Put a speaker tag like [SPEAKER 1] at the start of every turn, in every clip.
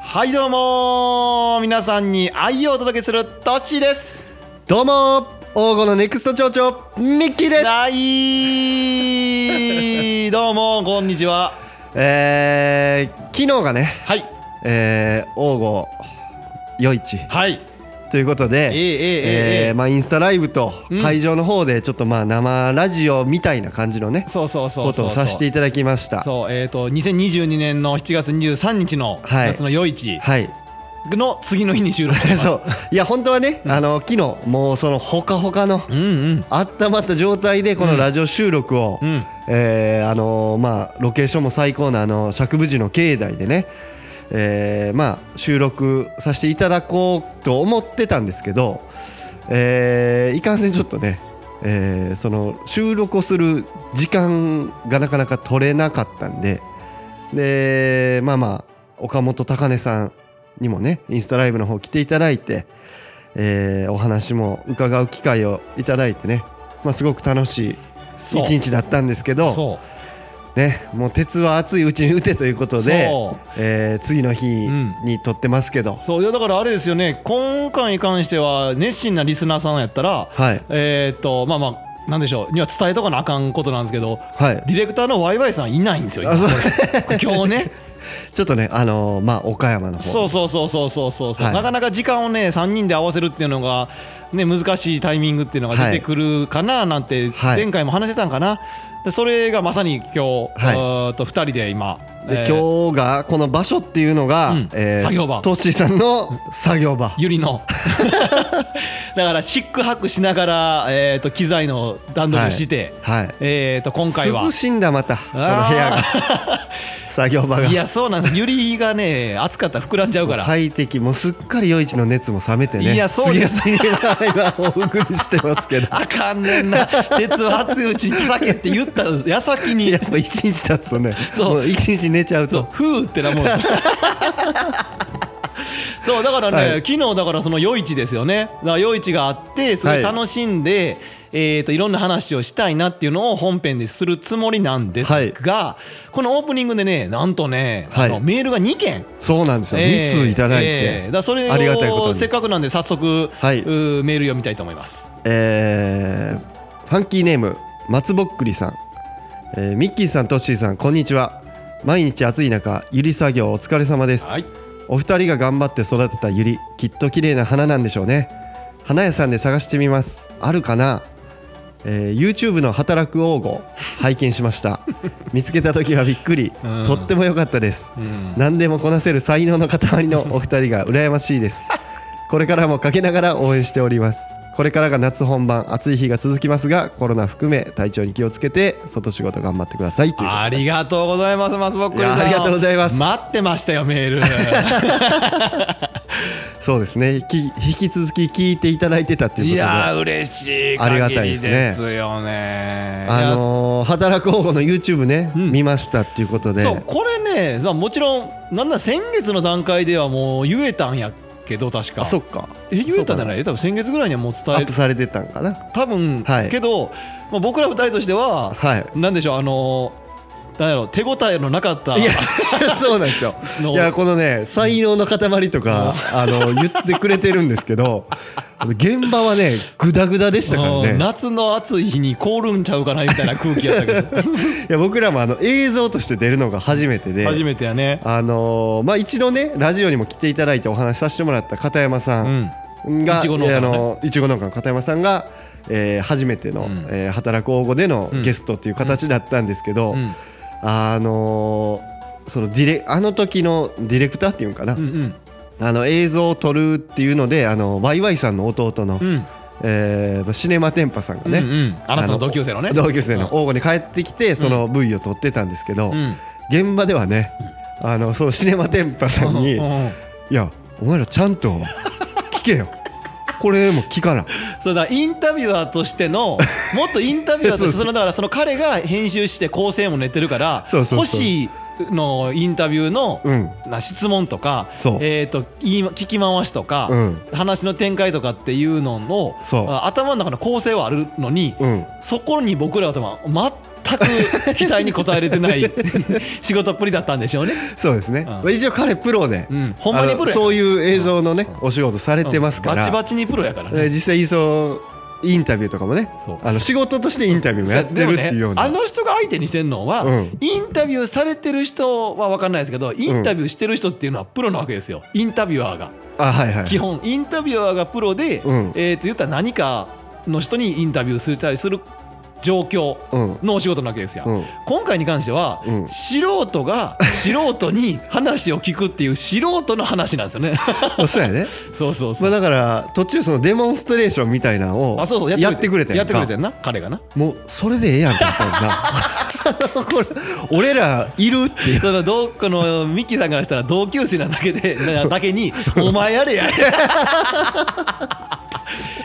[SPEAKER 1] はいどうもー皆さんに愛をお届けするトッシーです
[SPEAKER 2] どうも王吾のネクスト町長ミッキーです
[SPEAKER 1] はいどうもこんにちは
[SPEAKER 2] えー、昨日がね
[SPEAKER 1] はい
[SPEAKER 2] えー、王吾夜市
[SPEAKER 1] はい
[SPEAKER 2] ということで
[SPEAKER 1] ええええええ
[SPEAKER 2] ーまあインスタライブと
[SPEAKER 1] うん
[SPEAKER 2] 会場の方でちょっとまあ生ラジオみたいな感じのね
[SPEAKER 1] そうそうそ
[SPEAKER 2] こ
[SPEAKER 1] うそう
[SPEAKER 2] とをさせていただきました
[SPEAKER 1] そうえっ、ー、と2022年の7月23日の
[SPEAKER 2] はい
[SPEAKER 1] 夏の夜市
[SPEAKER 2] はい
[SPEAKER 1] の次の日に収録してます
[SPEAKER 2] そういや本当はね、あの昨日もうそのほかほかの
[SPEAKER 1] うんうん
[SPEAKER 2] 温まった状態でこのラジオ収録を、
[SPEAKER 1] うん
[SPEAKER 2] えーあのーまあロケーションも最高なあの釈部寺の境内でね、えーまあ収録させていただこうと思ってたんですけど、えーいかんせんちょっとね、えーその収録をする時間がなかなか取れなかったんででまあまあ岡本高音さんにもねインスタライブの方来ていただいて、えーお話も伺う機会をいただいてね、まあ、すごく楽しい一
[SPEAKER 1] そう
[SPEAKER 2] 日だったんですけど、
[SPEAKER 1] そう
[SPEAKER 2] ね、もう鉄は熱いうちに打てということで
[SPEAKER 1] そ、
[SPEAKER 2] えー次の日
[SPEAKER 1] ん
[SPEAKER 2] に撮ってますけど、
[SPEAKER 1] そういやだからあれですよね今回に関しては熱心なリスナーさんやったら、
[SPEAKER 2] はい
[SPEAKER 1] えーっとまあまあなんでしょうには伝えとかなあかんことなんですけど
[SPEAKER 2] はい
[SPEAKER 1] ディレクターのワイワイさんいないんですよ今
[SPEAKER 2] あそう
[SPEAKER 1] これ今日ね
[SPEAKER 2] ちょっとね、あのーまあ、岡山の方
[SPEAKER 1] そうそうそうそうそうそう、
[SPEAKER 2] はい
[SPEAKER 1] なかなか時間をね3人で合わせるっていうのが、ね、難しいタイミングっていうのが出てくるかななんて
[SPEAKER 2] はい
[SPEAKER 1] 前回も話してたんかな、でそれがまさに今日、
[SPEAKER 2] はい
[SPEAKER 1] えーっと2人で今
[SPEAKER 2] で
[SPEAKER 1] えー
[SPEAKER 2] 今日がこの場所っていうのが、
[SPEAKER 1] うん作業場
[SPEAKER 2] トッシーさんの作業場
[SPEAKER 1] ゆり のだからシックハックしながら、えー、と機材の段取りをして、
[SPEAKER 2] はい
[SPEAKER 1] えー、と今回は
[SPEAKER 2] 涼しいんだまたこの部屋が 作業場が
[SPEAKER 1] いやそうなんですゆりがね暑かったら膨らんじゃうから、
[SPEAKER 2] 快適もうすっかり夜市の熱も冷めてね
[SPEAKER 1] いやそうです
[SPEAKER 2] 次々今お送りしてま すけど
[SPEAKER 1] あかんねんな鉄は熱いうちに叩けって言った矢先に
[SPEAKER 2] やっぱ一日経つとね
[SPEAKER 1] そう
[SPEAKER 2] もう一日寝ちゃう
[SPEAKER 1] そう
[SPEAKER 2] と
[SPEAKER 1] ふーってなもん そうだからね、
[SPEAKER 2] はい
[SPEAKER 1] 昨日だからその夜市ですよねだから夜市があってすごい楽しんで、いえー、といろんな話をしたいなっていうのを本編でするつもりなんですが、このオープニングでねなんとね、あの
[SPEAKER 2] はい
[SPEAKER 1] メールが2件、
[SPEAKER 2] そうなんですよ、
[SPEAKER 1] えー
[SPEAKER 2] 2通いただいて、
[SPEAKER 1] えーだからそれ
[SPEAKER 2] ありがたいこと
[SPEAKER 1] を
[SPEAKER 2] に
[SPEAKER 1] せっかくなんで早速、
[SPEAKER 2] はいう
[SPEAKER 1] ーメール読みたいと思います。
[SPEAKER 2] えーファンキーネーム松ぼっくりさん、えーミッキーさんトッシーさんこんにちは毎日暑い中ゆり作業お疲れ様です
[SPEAKER 1] はい、
[SPEAKER 2] お二人が頑張って育てたユリきっと綺麗な花なんでしょうね花屋さんで探してみますあるかな、えー YouTube の働く王吾拝見しました 見つけた時はびっくり
[SPEAKER 1] うん
[SPEAKER 2] とっても良かったです
[SPEAKER 1] うん
[SPEAKER 2] 何でもこなせる才能の塊のお二人が羨ましいですこれからもかけながら応援しておりますこれからが夏本番暑い日が続きますがコロナ含め体調に気をつけて外仕事頑張ってくださいという
[SPEAKER 1] ありがとうございます、松ぼっくりさ
[SPEAKER 2] い
[SPEAKER 1] ん。
[SPEAKER 2] やありがとうございます
[SPEAKER 1] 待ってましたよ、メール。
[SPEAKER 2] そうですねき引き続き聞いていただいてたっていうこと
[SPEAKER 1] い
[SPEAKER 2] で
[SPEAKER 1] やー嬉しい
[SPEAKER 2] ありが
[SPEAKER 1] 限
[SPEAKER 2] たいで
[SPEAKER 1] り
[SPEAKER 2] すね
[SPEAKER 1] ですよね。
[SPEAKER 2] あのー働く王吾の YouTube ね、
[SPEAKER 1] うん
[SPEAKER 2] 見ましたっていうこと
[SPEAKER 1] い
[SPEAKER 2] で
[SPEAKER 1] やそうこれね、まあ、もちろんなんなら先月の段階ではもう言えたんやけど確か
[SPEAKER 2] あそっか
[SPEAKER 1] え言えたんじゃないい多分先月ぐらいにはもう
[SPEAKER 2] ア
[SPEAKER 1] 伝え
[SPEAKER 2] ップされてたんかな
[SPEAKER 1] 多分、
[SPEAKER 2] はい
[SPEAKER 1] けど、まあ、僕ら二人としては
[SPEAKER 2] はい
[SPEAKER 1] なんでしょうあのなんやろ手応えのなかった
[SPEAKER 2] いや そうなんですよ
[SPEAKER 1] の
[SPEAKER 2] いやこのね才能の塊とか、あの言ってくれてるんですけどあの現場はねグダグダでしたから
[SPEAKER 1] うん
[SPEAKER 2] ね
[SPEAKER 1] 夏の暑い日に凍るんちゃうかなみたいな空気やったけど
[SPEAKER 2] いや僕らもあの映像として出るのが初めてで
[SPEAKER 1] 初めてやね。
[SPEAKER 2] あのーまあ一度ねラジオにも来ていただいてお話しさせてもらった片山さ、
[SPEAKER 1] うんん
[SPEAKER 2] が
[SPEAKER 1] いちご農家のね
[SPEAKER 2] えーあのいちご農家の片山さんが、えー初めて
[SPEAKER 1] う
[SPEAKER 2] の、
[SPEAKER 1] ん
[SPEAKER 2] えー働く応募での
[SPEAKER 1] うん
[SPEAKER 2] ゲストっていう形だったんですけど、
[SPEAKER 1] うん
[SPEAKER 2] あのーそのディレあの時のディレクターっていうんかな、
[SPEAKER 1] うん
[SPEAKER 2] あの映像を撮るっていうのであのワイワイさんの弟の、
[SPEAKER 1] うん
[SPEAKER 2] えーシネマテンパさんがね、
[SPEAKER 1] うんうんあなたの同級生のね
[SPEAKER 2] あ同級生の応募に帰ってきてその V を撮ってたんですけど、
[SPEAKER 1] うん
[SPEAKER 2] 現場ではねあのそのシネマテンパさんに
[SPEAKER 1] うんうん
[SPEAKER 2] いやお前らちゃんと聞けよこれも聞かな
[SPEAKER 1] そうだインタビュアーとして のもっとインタビュアーとしてそのだからその彼が編集して構成も寝てるから
[SPEAKER 2] そうそうそう
[SPEAKER 1] 欲しいのインタビューの、
[SPEAKER 2] うん
[SPEAKER 1] な質問とか
[SPEAKER 2] そう
[SPEAKER 1] えー、と言い聞き回しとか、
[SPEAKER 2] うん
[SPEAKER 1] 話の展開とかっていうのの
[SPEAKER 2] そう
[SPEAKER 1] あ頭の中の構成はあるのに、
[SPEAKER 2] うん
[SPEAKER 1] そこに僕らとは全く期待に応えれてない 仕事っぷりだったんでしょうね。
[SPEAKER 2] そうですね、
[SPEAKER 1] ん
[SPEAKER 2] まあ一応彼プロで、
[SPEAKER 1] うんほんまにプロや
[SPEAKER 2] あのそういう映像のね、お仕事されてますから、
[SPEAKER 1] バチバチにプロやから
[SPEAKER 2] えー
[SPEAKER 1] ね。
[SPEAKER 2] 実際そうインタビューとかもね
[SPEAKER 1] そう
[SPEAKER 2] あの仕事としてインタビューもやってるっていうような、
[SPEAKER 1] でもね、あの人が相手にしてんのは、
[SPEAKER 2] うん
[SPEAKER 1] インタビューされてる人は分かんないですけどインタビューしてる人っていうのはプロなわけですよインタビュアーが。
[SPEAKER 2] あはいはい
[SPEAKER 1] 基本インタビュアーがプロで、
[SPEAKER 2] うん
[SPEAKER 1] えーと言ったら何かの人にインタビューするたりする状況
[SPEAKER 2] うん
[SPEAKER 1] のお仕事なわけですよ、
[SPEAKER 2] うん
[SPEAKER 1] 今回に関しては、
[SPEAKER 2] うん
[SPEAKER 1] 素人が素人に話を聞くっていう素人の話なんです よね
[SPEAKER 2] まあそう やね、
[SPEAKER 1] そうそう
[SPEAKER 2] ま
[SPEAKER 1] そ
[SPEAKER 2] あ、
[SPEAKER 1] う、
[SPEAKER 2] だから途中そのデモンストレーションみたいなのを
[SPEAKER 1] あそうそう
[SPEAKER 2] やってくれてん
[SPEAKER 1] や
[SPEAKER 2] や
[SPEAKER 1] っ
[SPEAKER 2] ん
[SPEAKER 1] てくれて
[SPEAKER 2] か
[SPEAKER 1] んな彼がな
[SPEAKER 2] もうそれでええやんって言ったもんなこれ 俺らいるっていう
[SPEAKER 1] その同このミッキーさんからしたら同級生なだけで なだけに「お前やれや」 い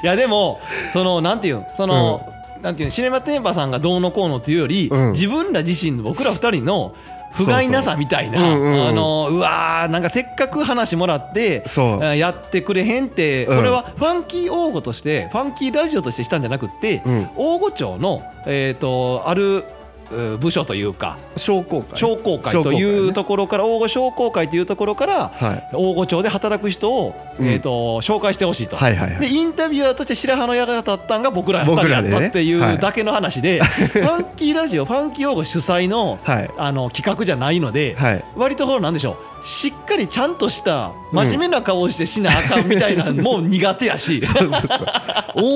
[SPEAKER 1] やでもそのなんていうんその、なんていうんシネマテンパさんがどうのこうのっていうより、
[SPEAKER 2] うん
[SPEAKER 1] 自分ら自身の僕ら二人の不甲斐なさみたいな
[SPEAKER 2] そうそううんうんうん
[SPEAKER 1] あのうわーなんかせっかく話もらって
[SPEAKER 2] そう
[SPEAKER 1] あやってくれへんって、
[SPEAKER 2] うん
[SPEAKER 1] これはファンキー応募としてファンキーラジオとしてしたんじゃなくって、
[SPEAKER 2] うん
[SPEAKER 1] 応募庁の、えー、とあるう部署というか
[SPEAKER 2] 商工会
[SPEAKER 1] 商工会というところから大御商工会というところから
[SPEAKER 2] はい
[SPEAKER 1] 大御町で働く人を
[SPEAKER 2] うん
[SPEAKER 1] えーと紹介してほしいと。
[SPEAKER 2] はいはいは
[SPEAKER 1] で
[SPEAKER 2] い
[SPEAKER 1] インタビュアーとして白羽の矢が立ったんが僕ら2人だったってい
[SPEAKER 2] 僕らでねは
[SPEAKER 1] う
[SPEAKER 2] い
[SPEAKER 1] だけの話 で、ファンキーラジオファンキー用語主催の,、
[SPEAKER 2] はい
[SPEAKER 1] あの企画じゃないので、
[SPEAKER 2] はい
[SPEAKER 1] 割とほらなんでしょうしっかりちゃんとした真面目な顔をしてしなあかんみたいなのも苦手や し、
[SPEAKER 2] そうそうそ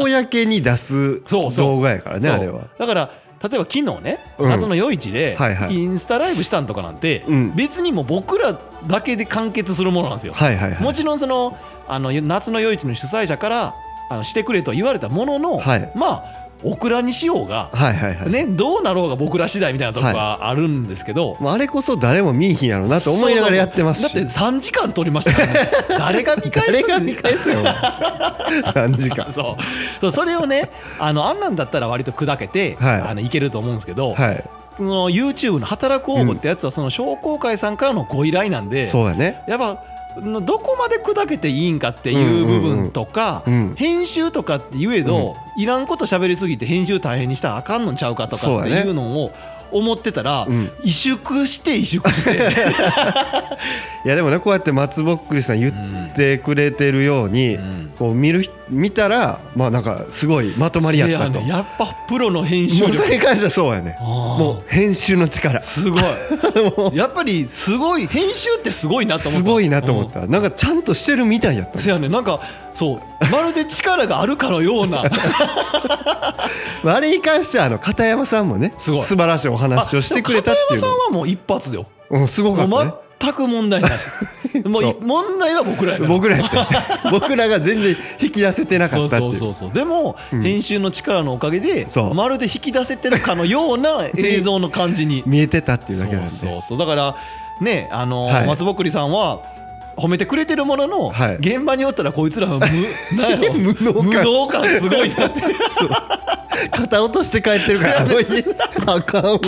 [SPEAKER 2] う公に出す
[SPEAKER 1] そうそう
[SPEAKER 2] 動画やからね
[SPEAKER 1] そう
[SPEAKER 2] あれは
[SPEAKER 1] だから例えば昨日ね、
[SPEAKER 2] うん
[SPEAKER 1] 夏の夜市で
[SPEAKER 2] はいはい
[SPEAKER 1] インスタライブしたんとかなんて、
[SPEAKER 2] うん
[SPEAKER 1] 別にもう僕らだけで完結するものなんですよ、
[SPEAKER 2] はいはいはい
[SPEAKER 1] もちろんそのあの夏の夜市の主催者からあのしてくれと言われたものの、
[SPEAKER 2] はい
[SPEAKER 1] まあオクラにしようが、
[SPEAKER 2] はいはいはい
[SPEAKER 1] ね、どうなろうが僕ら次第みたいなとこがあるんですけど、
[SPEAKER 2] まあ、あれこそ誰も見いひんやろなと思いながらやってますし
[SPEAKER 1] そうそうだって3時間撮りましたから、 ね、誰が見返す
[SPEAKER 2] 誰が見返すよ 3時間
[SPEAKER 1] そうそうそれをねあのあんなんだったら割と砕けて、
[SPEAKER 2] はい
[SPEAKER 1] あのいけると思うんですけど、
[SPEAKER 2] はい
[SPEAKER 1] その YouTube の働く応募ってやつはその商工会さんからのご依頼なんで、
[SPEAKER 2] そうやね
[SPEAKER 1] やっぱのどこまで砕けていいんかっていう部分とか、
[SPEAKER 2] うんうんうんうん
[SPEAKER 1] 編集とかって言えど、いらんこと喋りすぎて編集大変にしたらあかんのちゃうかと
[SPEAKER 2] そう
[SPEAKER 1] かっ
[SPEAKER 2] や
[SPEAKER 1] て
[SPEAKER 2] ね
[SPEAKER 1] いうのを思ってたら、
[SPEAKER 2] うん
[SPEAKER 1] 萎縮して萎縮して
[SPEAKER 2] いやでもねこうやって松ぼっくりさん言ってくれてるように、
[SPEAKER 1] ん
[SPEAKER 2] こう見る人見たらまあなんかすごいまとまりやった
[SPEAKER 1] せ
[SPEAKER 2] と
[SPEAKER 1] やねやっぱプロの編集
[SPEAKER 2] もうそれ
[SPEAKER 1] 力
[SPEAKER 2] に関してはそうやね
[SPEAKER 1] あー
[SPEAKER 2] もう編集の力
[SPEAKER 1] すご いやっぱりすごい編集ってすごいなと思った
[SPEAKER 2] すごいなと思った、なんかちゃんとしてるみたいやった
[SPEAKER 1] せやねなんかそうまるで力があるかのような
[SPEAKER 2] まああれに関してはあの片山さんもね
[SPEAKER 1] すごい
[SPEAKER 2] 素晴らしいお話をしてくれたっていう
[SPEAKER 1] あでも片山さん
[SPEAKER 2] の
[SPEAKER 1] はもう一発よ
[SPEAKER 2] うんすごかったね
[SPEAKER 1] もう全く問題な しもうい
[SPEAKER 2] そう
[SPEAKER 1] 問題は僕らやから
[SPEAKER 2] 僕らやって 僕らが全然引き出せてなかったって
[SPEAKER 1] そう
[SPEAKER 2] い
[SPEAKER 1] そううそうそうでも、編集の力のおかげで
[SPEAKER 2] そう
[SPEAKER 1] まるで引き出せてるかのような 映像の感じに
[SPEAKER 2] 見えてたっていうだけなんで
[SPEAKER 1] そうそうそうだからねあの、
[SPEAKER 2] はい
[SPEAKER 1] 松ぼっくりさんは褒めてくれてるものの、
[SPEAKER 2] はい
[SPEAKER 1] 現場におったらこいつらは無なんやろ
[SPEAKER 2] 無能感
[SPEAKER 1] 無能感すごいなって
[SPEAKER 2] 肩落として帰ってるからあの家あかん わ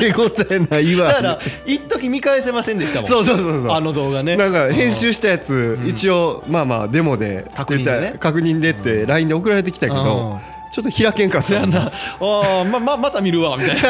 [SPEAKER 2] 手応えないわ
[SPEAKER 1] だ から一時見返せませんでしたもん
[SPEAKER 2] そうそうそうそう
[SPEAKER 1] あの動画ね
[SPEAKER 2] なんか編集したやつ、一応まあまあデモで
[SPEAKER 1] 確認でね
[SPEAKER 2] って言った確認でって LINE で送られてきたけ
[SPEAKER 1] うん
[SPEAKER 2] どちょっと開けんかっ
[SPEAKER 1] そや
[SPEAKER 2] た
[SPEAKER 1] んなあーまままた見るわみたい な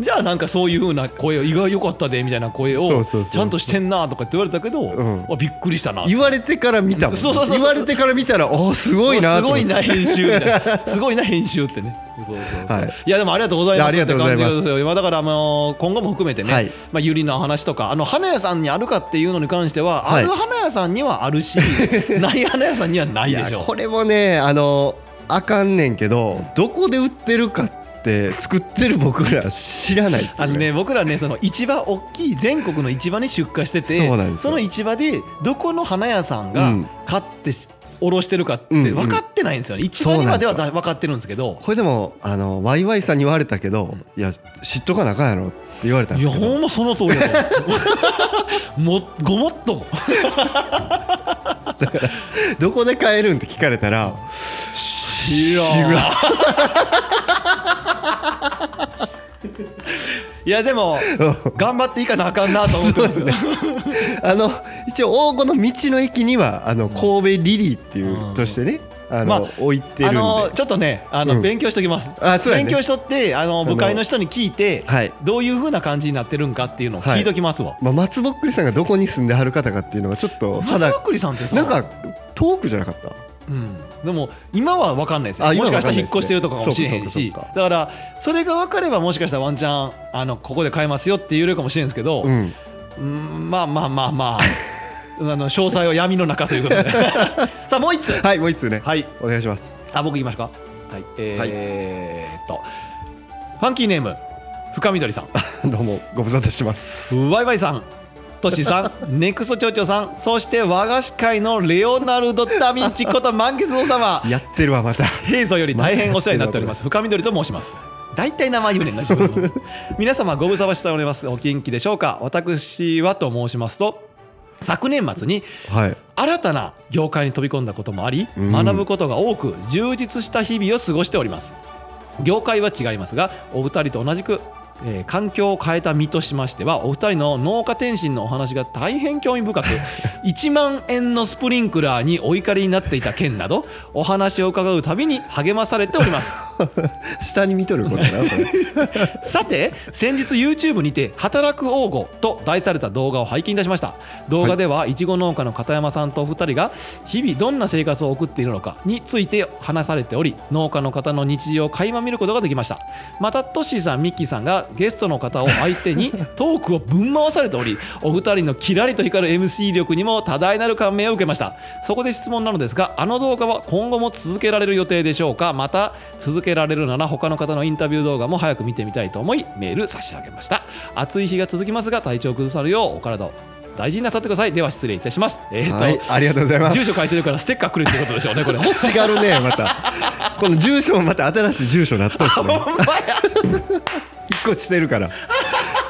[SPEAKER 1] じゃあなんかそういうふうな声を意外良かったでみたいな声
[SPEAKER 2] そ
[SPEAKER 1] を
[SPEAKER 2] うそうそう
[SPEAKER 1] ちゃんとしてんなとかって言われたけど、
[SPEAKER 2] ん
[SPEAKER 1] あびっくりしたな
[SPEAKER 2] 言われてから見たも ん
[SPEAKER 1] そうそうそう
[SPEAKER 2] 言われてから見たらああすごいな
[SPEAKER 1] す
[SPEAKER 2] と思
[SPEAKER 1] ご
[SPEAKER 2] っ
[SPEAKER 1] い
[SPEAKER 2] て
[SPEAKER 1] な編集みたいなすごいな編集ってねそうそうそう
[SPEAKER 2] はい
[SPEAKER 1] い、やでもありがとうございます
[SPEAKER 2] いやありがとうございます
[SPEAKER 1] って感じですよまあだからあの今後も含めてね、
[SPEAKER 2] はい
[SPEAKER 1] まあ、ゆりの話とかあの花屋さんにあるかっていうのに関しては、
[SPEAKER 2] はい
[SPEAKER 1] ある花屋さんにはある しない花屋さんにはないいで
[SPEAKER 2] や
[SPEAKER 1] しょ
[SPEAKER 2] これもねあのあかんねんけどどこで売ってるかって作ってる僕ら知らないっていう
[SPEAKER 1] あのね僕らねその市場大きい全国の市場に出荷してて
[SPEAKER 2] そうなんですよ
[SPEAKER 1] の市場でどこの花屋さんが
[SPEAKER 2] うん
[SPEAKER 1] 買ってしおろしてるかって
[SPEAKER 2] うんうん
[SPEAKER 1] 分かってないんですよね市場にまでは
[SPEAKER 2] そうなんです
[SPEAKER 1] だ分かってるんですけど
[SPEAKER 2] これでもあのワイワイさんに言われたけど、いや知っとかなあかんやろって言われたん
[SPEAKER 1] い
[SPEAKER 2] で
[SPEAKER 1] や
[SPEAKER 2] すけど
[SPEAKER 1] ほんまその通りや と思うもごもっとも
[SPEAKER 2] どこで買えるんって聞かれたら 知
[SPEAKER 1] らんいやでも頑張っていかなあかんなと思ってますよ
[SPEAKER 2] あの一応大子の道の駅にはあの神戸リリーっていううんとしてねあの、
[SPEAKER 1] まあ
[SPEAKER 2] 置いてるん
[SPEAKER 1] あ
[SPEAKER 2] で
[SPEAKER 1] のちょっとねあの、
[SPEAKER 2] うん
[SPEAKER 1] 勉強しときます
[SPEAKER 2] あそうやね
[SPEAKER 1] 勉強しとってあの
[SPEAKER 2] の
[SPEAKER 1] 部会の人に聞いて
[SPEAKER 2] はい
[SPEAKER 1] どういうふうな感じになってるんかっていうのを
[SPEAKER 2] はい
[SPEAKER 1] 聞いときますわ、
[SPEAKER 2] まあ、松ぼっくりさんがどこに住んではる方かっていうのがちょっと
[SPEAKER 1] 松
[SPEAKER 2] 定
[SPEAKER 1] ぼっくりさんってさ
[SPEAKER 2] なんか遠くじゃなかった
[SPEAKER 1] うん、でも今は分かんないですよ
[SPEAKER 2] あ今
[SPEAKER 1] も
[SPEAKER 2] は
[SPEAKER 1] しかしたら
[SPEAKER 2] 分
[SPEAKER 1] 引っ
[SPEAKER 2] かんないですね
[SPEAKER 1] 越してるとかかもしれへんし
[SPEAKER 2] そうかそうかそ
[SPEAKER 1] だか
[SPEAKER 2] う
[SPEAKER 1] らそれが分かればもしかしたらワンチャンあのここで買えますよって言えるかもしれんですけど、
[SPEAKER 2] うん
[SPEAKER 1] うんまあまあまあまああの詳細は闇の中ということ でさあもう一つ
[SPEAKER 2] はいもう一通ね
[SPEAKER 1] はい
[SPEAKER 2] お願いします
[SPEAKER 1] あ僕言いましたかはいえーっと、ファンキーネーム深緑さん
[SPEAKER 2] どうもご無沙汰してます
[SPEAKER 1] ワイワイさんトシさ んネクスト町長さんそして和菓子界のレオナルド・ダ・ヴィンチこと満月堂様
[SPEAKER 2] やってるわまた
[SPEAKER 1] 平素より大変お世話になっております 深緑と申します大体名前言うねんな自 分の皆様ご無沙汰しておりますお元気でしょうか私はと申しますと昨年末に
[SPEAKER 2] はい
[SPEAKER 1] 新たな業界に飛び込んだこともあり、
[SPEAKER 2] うん
[SPEAKER 1] 学ぶことが多く充実した日々を過ごしております業界は違いますがお二人と同じく、えー環境を変えた身としましてはお二人の農家転身のお話が大変興味 深く1万円のスプリンクラーにお怒りになっていた件などお話を伺うたびに励まされております
[SPEAKER 2] 下に見とることだなこれ
[SPEAKER 1] さて先日 YouTube にて「働く王子」と題された動画を拝見いたしました動画ではいちご農家の片山さんとお二人が日々どんな生活を送っているのかについて話されており農家の方の日常を垣間見ることができましたまたトッシーさんミッキーさんがゲストの方を相手にトークをぶん回されておりお二人のキラリと光る MC 力にも多大なる感銘を受けましたそこで質問なのですがあの動画は今後も続けられる予定でしょうかまた続けられるなら他の方のインタビュー動画も早く見てみたいと思いメール差し上げました暑い日が続きますが体調を崩さぬようお体を大事になさってくださいでは失礼いたしますえっ、と、
[SPEAKER 2] はいありがとうございます
[SPEAKER 1] 住所書いてるからステッカーくるってことでしょうね これ
[SPEAKER 2] 欲しがるねまたこの住所もまた新しい住所になったしね
[SPEAKER 1] ほんまや
[SPEAKER 2] 引っ越してるから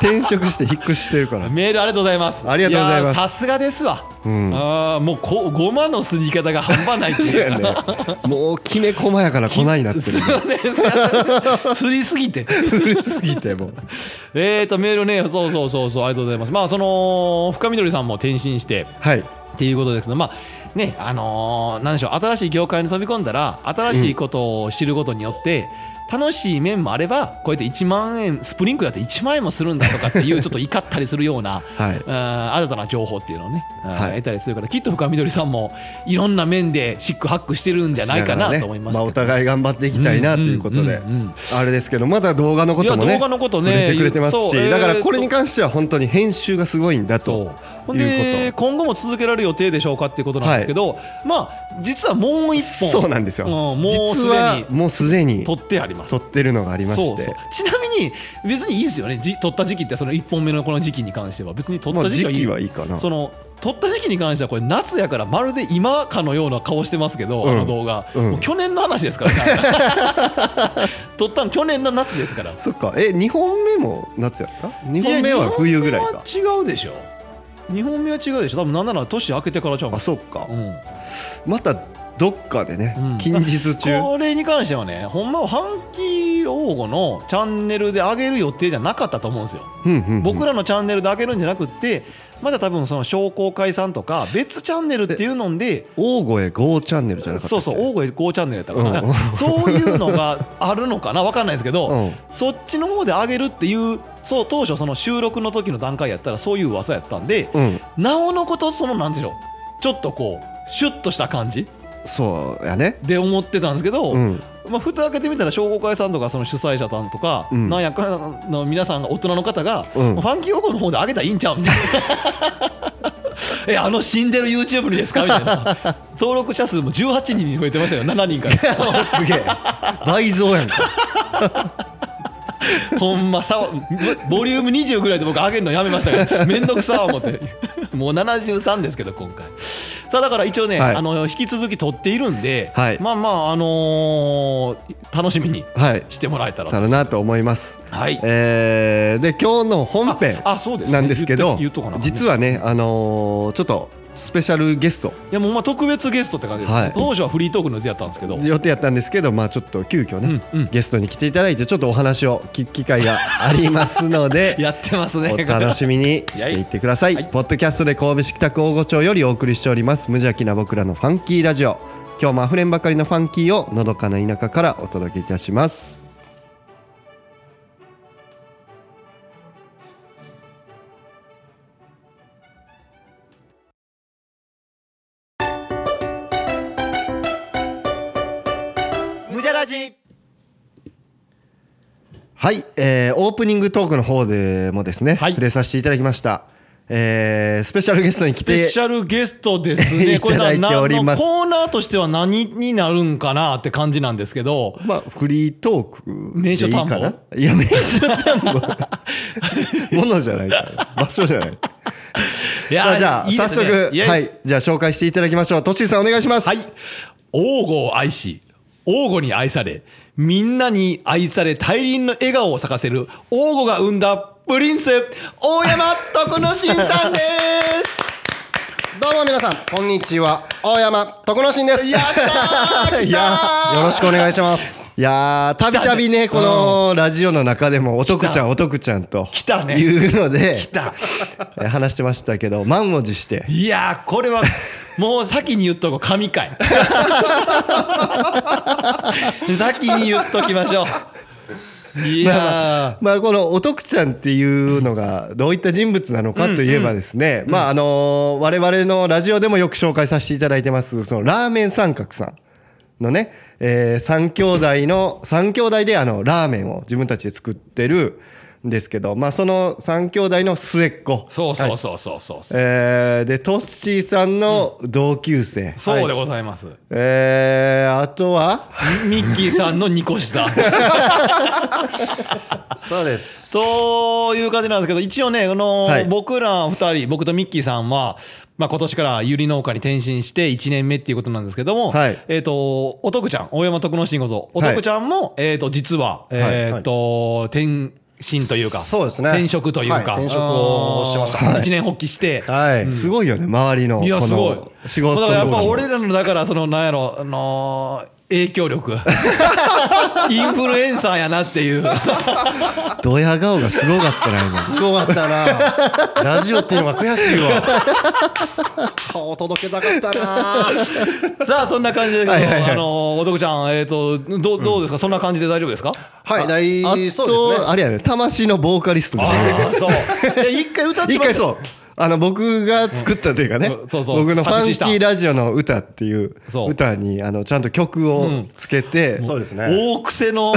[SPEAKER 2] 転職して引っ越してるから
[SPEAKER 1] メールありがとうございます。
[SPEAKER 2] ありがとうございます
[SPEAKER 1] やーさすがですわ。
[SPEAKER 2] うん
[SPEAKER 1] ああ、もうこ、ごまのすり方が半端ないって
[SPEAKER 2] そう
[SPEAKER 1] いう
[SPEAKER 2] や
[SPEAKER 1] か。
[SPEAKER 2] ねもうきめ細やから来ないなってる
[SPEAKER 1] そうねそうすりすぎて。
[SPEAKER 2] 古すぎてもう
[SPEAKER 1] えーと、メールね、そうそうそうそう、ありがとうございます。まあ、その深緑さんも転身して。
[SPEAKER 2] はい
[SPEAKER 1] っていうことですけど、まあねあのーなんでしょう新しい業界に飛び込んだら新しいことを知ることによって、楽しい面もあればこうやって1万円スプリンクだって1万円もするんだとかっていうちょっと怒ったりするような、
[SPEAKER 2] はい
[SPEAKER 1] うん新たな情報っていうのをね、うん
[SPEAKER 2] はい
[SPEAKER 1] 得たりするからきっと深緑さんもいろんな面でシックハックしてるんじゃないかなと思います
[SPEAKER 2] しな
[SPEAKER 1] け
[SPEAKER 2] がらねまあお
[SPEAKER 1] ど
[SPEAKER 2] 互い頑張っていきたいなということで
[SPEAKER 1] うんうんうんうん
[SPEAKER 2] あれですけどまだ動画のことも
[SPEAKER 1] い
[SPEAKER 2] ね
[SPEAKER 1] や動画のことね
[SPEAKER 2] 触れてくれてます
[SPEAKER 1] そうえ
[SPEAKER 2] し
[SPEAKER 1] ー
[SPEAKER 2] だからこれに関しては本当に編集がすごいんだと
[SPEAKER 1] そうほん
[SPEAKER 2] い
[SPEAKER 1] で
[SPEAKER 2] うこ
[SPEAKER 1] 今後も続けられる予定でしょうかっていうことなんですけど、まあ実はもう
[SPEAKER 2] と
[SPEAKER 1] 一本
[SPEAKER 2] そうなんですよ
[SPEAKER 1] うんもうす
[SPEAKER 2] 実は
[SPEAKER 1] でに
[SPEAKER 2] もうすでに
[SPEAKER 1] 撮ってあります
[SPEAKER 2] 撮ってるのがありまして
[SPEAKER 1] そうそうちなみに別にいいですよねじ撮った時期ってその1本目のこの時期に関しては別に撮っ
[SPEAKER 2] まあ
[SPEAKER 1] た時期
[SPEAKER 2] 時
[SPEAKER 1] はいい,、
[SPEAKER 2] 期はいいかな
[SPEAKER 1] その撮った時期に関してはこれ夏やからまるで今かのような顔してますけど、
[SPEAKER 2] うん
[SPEAKER 1] あの動画、
[SPEAKER 2] うん
[SPEAKER 1] もう去年の話ですから ね撮ったの去年の夏ですから
[SPEAKER 2] そっかえ二本目も夏やった二本目は冬ぐらいか
[SPEAKER 1] いや二本目は違うでしょ2本目は違うでしょ多分なんなら年明けてからちゃうか
[SPEAKER 2] あそっか
[SPEAKER 1] うん、
[SPEAKER 2] またどっかでね、
[SPEAKER 1] うん
[SPEAKER 2] 近日中
[SPEAKER 1] これに関してはねほんまは半期老後のチャンネルで上げる予定じゃなかったと思うんですよ
[SPEAKER 2] うんうんうん
[SPEAKER 1] 僕らのチャンネルで開けるんじゃなくってまだ多分その商工会さんとか別チャンネルっていうので
[SPEAKER 2] 大声 GO チャンネルじゃなかった
[SPEAKER 1] そ
[SPEAKER 2] っ
[SPEAKER 1] う
[SPEAKER 2] け
[SPEAKER 1] そう大声5チャンネルやったから
[SPEAKER 2] うん
[SPEAKER 1] そういうのがあるのかな分かんないですけど、
[SPEAKER 2] うん
[SPEAKER 1] そっちの方で上げるっていうそう当初その収録の時の段階やったらそういう噂やったんで、
[SPEAKER 2] うん
[SPEAKER 1] なおのことそのなんでしょうちょっとこうシュッとした感じ
[SPEAKER 2] そう やね
[SPEAKER 1] で思ってたんですけど、
[SPEAKER 2] うん
[SPEAKER 1] まあ、蓋開けてみたら商工会さんとかその主催者さんとか、
[SPEAKER 2] うん
[SPEAKER 1] なんやかんやの皆さんが大人の方が、
[SPEAKER 2] うん
[SPEAKER 1] ファンキー王国の方で上げたらいいんちゃうみたい な。えあの死んでる YouTube にですかみたい な登録者数も18人に増えてましたよ7人から
[SPEAKER 2] すげえ倍増やんか
[SPEAKER 1] ほんまさわボボリューム20ぐらいで僕上げるのやめましたからめんどくさ思って もう73ですけど今回さあだから一応ね、
[SPEAKER 2] はい
[SPEAKER 1] あの引き続き撮っているんで、
[SPEAKER 2] はい
[SPEAKER 1] まあまああのー楽しみに
[SPEAKER 2] はい
[SPEAKER 1] してもらえたら
[SPEAKER 2] さらなと思います
[SPEAKER 1] はい
[SPEAKER 2] えーで今日の本編
[SPEAKER 1] ああそうですね
[SPEAKER 2] なんですけど
[SPEAKER 1] 言っと言っとかな
[SPEAKER 2] 実はねあのーちょっとスペシャルゲスト
[SPEAKER 1] いやもうほんま特別ゲストって感じです、
[SPEAKER 2] はい
[SPEAKER 1] 当初はフリートークの予定やったんですけど
[SPEAKER 2] 予定やったんですけどまあちょっと急遽ね
[SPEAKER 1] うんうん
[SPEAKER 2] ゲストに来ていただいてちょっとお話を聞く機会があります ので
[SPEAKER 1] やってますね
[SPEAKER 2] お楽し みにしていってください。
[SPEAKER 1] はい
[SPEAKER 2] ポッドキャストで神戸市北区大御町よりお送りしております無邪気な僕らのファンキーラジオ。今日もあふれんばかりのファンキーをのどかな田舎からお届けいたします。
[SPEAKER 1] 無邪ラジ
[SPEAKER 2] はい、えーオープニングトークの方でもですね、
[SPEAKER 1] はい
[SPEAKER 2] 触れさせていただきました。えースペシャルゲストに来
[SPEAKER 1] スペ
[SPEAKER 2] て
[SPEAKER 1] シャルゲストですね
[SPEAKER 2] いただいております
[SPEAKER 1] これなコーナーとしては何になるんかなって感じなんですけど
[SPEAKER 2] まあ、フリートークでいいか
[SPEAKER 1] 名所
[SPEAKER 2] な
[SPEAKER 1] 探
[SPEAKER 2] いや名所探 訪ものじゃないから場所じゃない
[SPEAKER 1] いや
[SPEAKER 2] まあじゃあ
[SPEAKER 1] いいで
[SPEAKER 2] 早
[SPEAKER 1] すね
[SPEAKER 2] 速、
[SPEAKER 1] イエス
[SPEAKER 2] はいじゃあ紹介していただきましょうとっしーさんお願いします
[SPEAKER 1] はい王吾を愛し王吾に愛されみんなに愛され大輪の笑顔を咲かせる王吾が生んだプリンス大山徳之進さんです
[SPEAKER 3] どうも皆さん、こんにちは。大山徳之進で す。
[SPEAKER 1] やったー
[SPEAKER 2] いや
[SPEAKER 1] ー
[SPEAKER 3] よろしくお願いします。
[SPEAKER 2] いやーたびたびね
[SPEAKER 1] 来た
[SPEAKER 2] こ
[SPEAKER 1] ね
[SPEAKER 2] のラジオの中でもお得ちゃんお得ちゃんと
[SPEAKER 1] 来たね
[SPEAKER 2] いうので
[SPEAKER 1] 来た
[SPEAKER 2] え話してましたけど満を持して
[SPEAKER 1] いやーこれ はもう先に言っとこう神回先に言っときましょういやー、
[SPEAKER 2] まあこのお得ちゃんっていうのがどういった人物なのかといえばですねまああのー我々のラジオでもよく紹介させていただいてますそのラーメン三角さんのねえー三兄弟の三兄弟であのラーメンを自分たちで作ってるんですけどまあその三兄弟の末っ子
[SPEAKER 1] そうそうそうそうそうそう、
[SPEAKER 2] えーでトッシーさんの同級生、
[SPEAKER 1] そうでございます、
[SPEAKER 2] えーあとは
[SPEAKER 1] ミッキーさんの2個下
[SPEAKER 3] そうです。
[SPEAKER 1] そういう感じなんですけど一応ねあの、
[SPEAKER 2] はい
[SPEAKER 1] 僕ら2人僕とミッキーさんは、まあ、今年からゆり農家に転身して1年目っていうことなんですけども、
[SPEAKER 2] はい
[SPEAKER 1] えっ、とお徳ちゃん大山徳之進ことお徳ちゃんも、えー、と実は、えっ、と、転身というか
[SPEAKER 3] そうですね
[SPEAKER 1] 転職というか、
[SPEAKER 3] はい転職をしてました
[SPEAKER 1] 1年発起して、
[SPEAKER 2] はい、すごいよね周りのこ
[SPEAKER 1] いやすごい
[SPEAKER 2] の仕事
[SPEAKER 1] だ
[SPEAKER 2] の
[SPEAKER 1] からや
[SPEAKER 2] と
[SPEAKER 1] っ
[SPEAKER 2] こ
[SPEAKER 1] ぱ
[SPEAKER 2] ろ
[SPEAKER 1] 俺らのだからそのなんやろあのー影響力インフルエンサーやなっていう
[SPEAKER 2] ドヤ顔がすごかったな今
[SPEAKER 3] すごかったな。ラジオっていうのが悔しいわ。顔届けたかったな。
[SPEAKER 1] さあそんな感じですけど、
[SPEAKER 2] はいはいはい
[SPEAKER 1] あのおとちゃんえっ、とどうどうですか、そんな感じで大丈夫ですか？
[SPEAKER 3] はい、大
[SPEAKER 2] あと
[SPEAKER 3] そうですね。
[SPEAKER 2] あれやね魂のボーカリスト
[SPEAKER 1] あ
[SPEAKER 2] でしたね
[SPEAKER 1] あそう。いや一回歌って
[SPEAKER 2] 一
[SPEAKER 1] もら
[SPEAKER 2] 回そうあの僕が作ったというかね、
[SPEAKER 1] うんそうそう
[SPEAKER 2] 僕の「ファ
[SPEAKER 1] 作詞
[SPEAKER 2] ン
[SPEAKER 1] した
[SPEAKER 2] キーラジオの歌」っていう
[SPEAKER 1] そう
[SPEAKER 2] 歌にあのちゃんと曲をつけて、
[SPEAKER 3] そうですね。
[SPEAKER 1] 大癖 の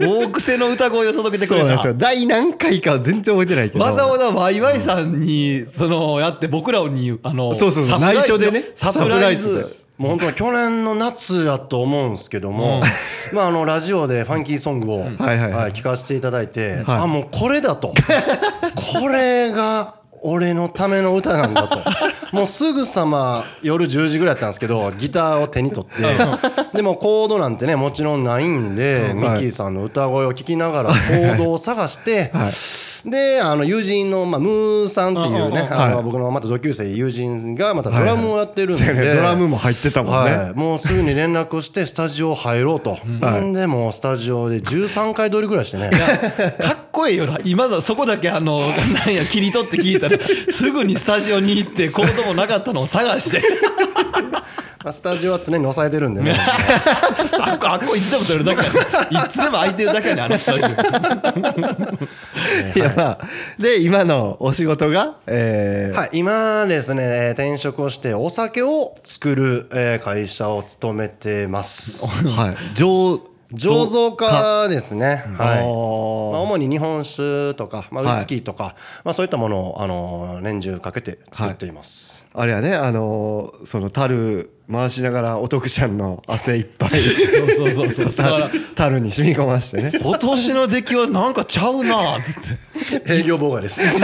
[SPEAKER 1] 大癖の歌声を届けてく
[SPEAKER 2] そう
[SPEAKER 1] れ
[SPEAKER 2] なんで
[SPEAKER 1] た
[SPEAKER 2] す。よ第何回かは全然覚えてないけど
[SPEAKER 1] わざわざワイワイさんにそのやって僕らにあの
[SPEAKER 2] そうそうそう
[SPEAKER 1] サプライズ
[SPEAKER 2] 内緒でね
[SPEAKER 1] サプライ
[SPEAKER 2] サプライ
[SPEAKER 1] ズ
[SPEAKER 2] ズ
[SPEAKER 3] もう本当に去年の夏だと思うんですけども、まああのラジオでファンキーソングを
[SPEAKER 2] はいはいはい
[SPEAKER 3] はい聞かせていただいて、
[SPEAKER 2] はい
[SPEAKER 3] あもうこれだと、これが俺のための歌なんだと。もうすぐさま夜10時ぐらいだったんですけどギターを手に取ってでもコードなんてねもちろんないんで
[SPEAKER 2] ん
[SPEAKER 3] ミッキーさんの歌声を聞きながらコードを探してであの友人のまあムーさんっていうね
[SPEAKER 1] うん
[SPEAKER 2] はい
[SPEAKER 3] あの僕のまた同級生友人がまたドラムをやってるん
[SPEAKER 2] そう
[SPEAKER 3] で
[SPEAKER 2] やねドラムも入ってたもんね、
[SPEAKER 3] はい、もうすぐに連絡をしてスタジオ入ろうと、
[SPEAKER 2] はい
[SPEAKER 3] んでもうスタジオで13回撮りぐらいしてね
[SPEAKER 1] かっこいいよな今のそこだけあのなんや切り取って聞いたらすぐにスタジオに行ってコードもなかったのを探して
[SPEAKER 3] まあスタジオは常に抑えてるんでね
[SPEAKER 1] あっこあっこいつでも取れるだけやねいつでも空いてるだけやねあのスタジオ。
[SPEAKER 2] いやまあで今のお仕事が、えー
[SPEAKER 3] はい今ですねえー転職をしてお酒を作るえー会社を勤めてます
[SPEAKER 2] はい、醸
[SPEAKER 3] 醸造家ですね。はい。まあ、
[SPEAKER 2] は
[SPEAKER 3] 主に日本酒とか、まあ、ウイスキーとか、まあ、そういったものをあの年中かけて作っています。
[SPEAKER 2] い、あれはねあのーその樽回しながらお徳ちゃんの汗いっぱい
[SPEAKER 1] そうそうそうそうだから
[SPEAKER 2] 樽に染み込ましてね
[SPEAKER 1] 今年の出来はなんかちゃうなっつって
[SPEAKER 3] 営業妨害です。
[SPEAKER 1] い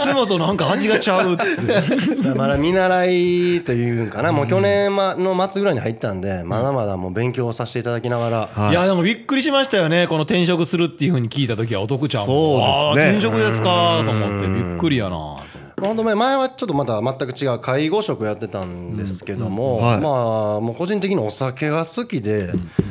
[SPEAKER 1] つもとなんか味がちゃうっつって
[SPEAKER 3] まだ見習いというんかな、もう去年まの末ぐらいに入ったんで、まだまだもう勉強させていただきながら、
[SPEAKER 1] いやでもびっくりしましたよねこの転職するっていうふうに聞いた時はお得ちゃんも
[SPEAKER 2] そうで
[SPEAKER 1] あー
[SPEAKER 2] すね
[SPEAKER 1] 転職ですかと思ってびっくりやなと思って
[SPEAKER 3] ほんと前前はちょっとまだ全く違う介護職やってたんですけども、
[SPEAKER 2] うんはい
[SPEAKER 3] まあもう個人的にお酒が好きで、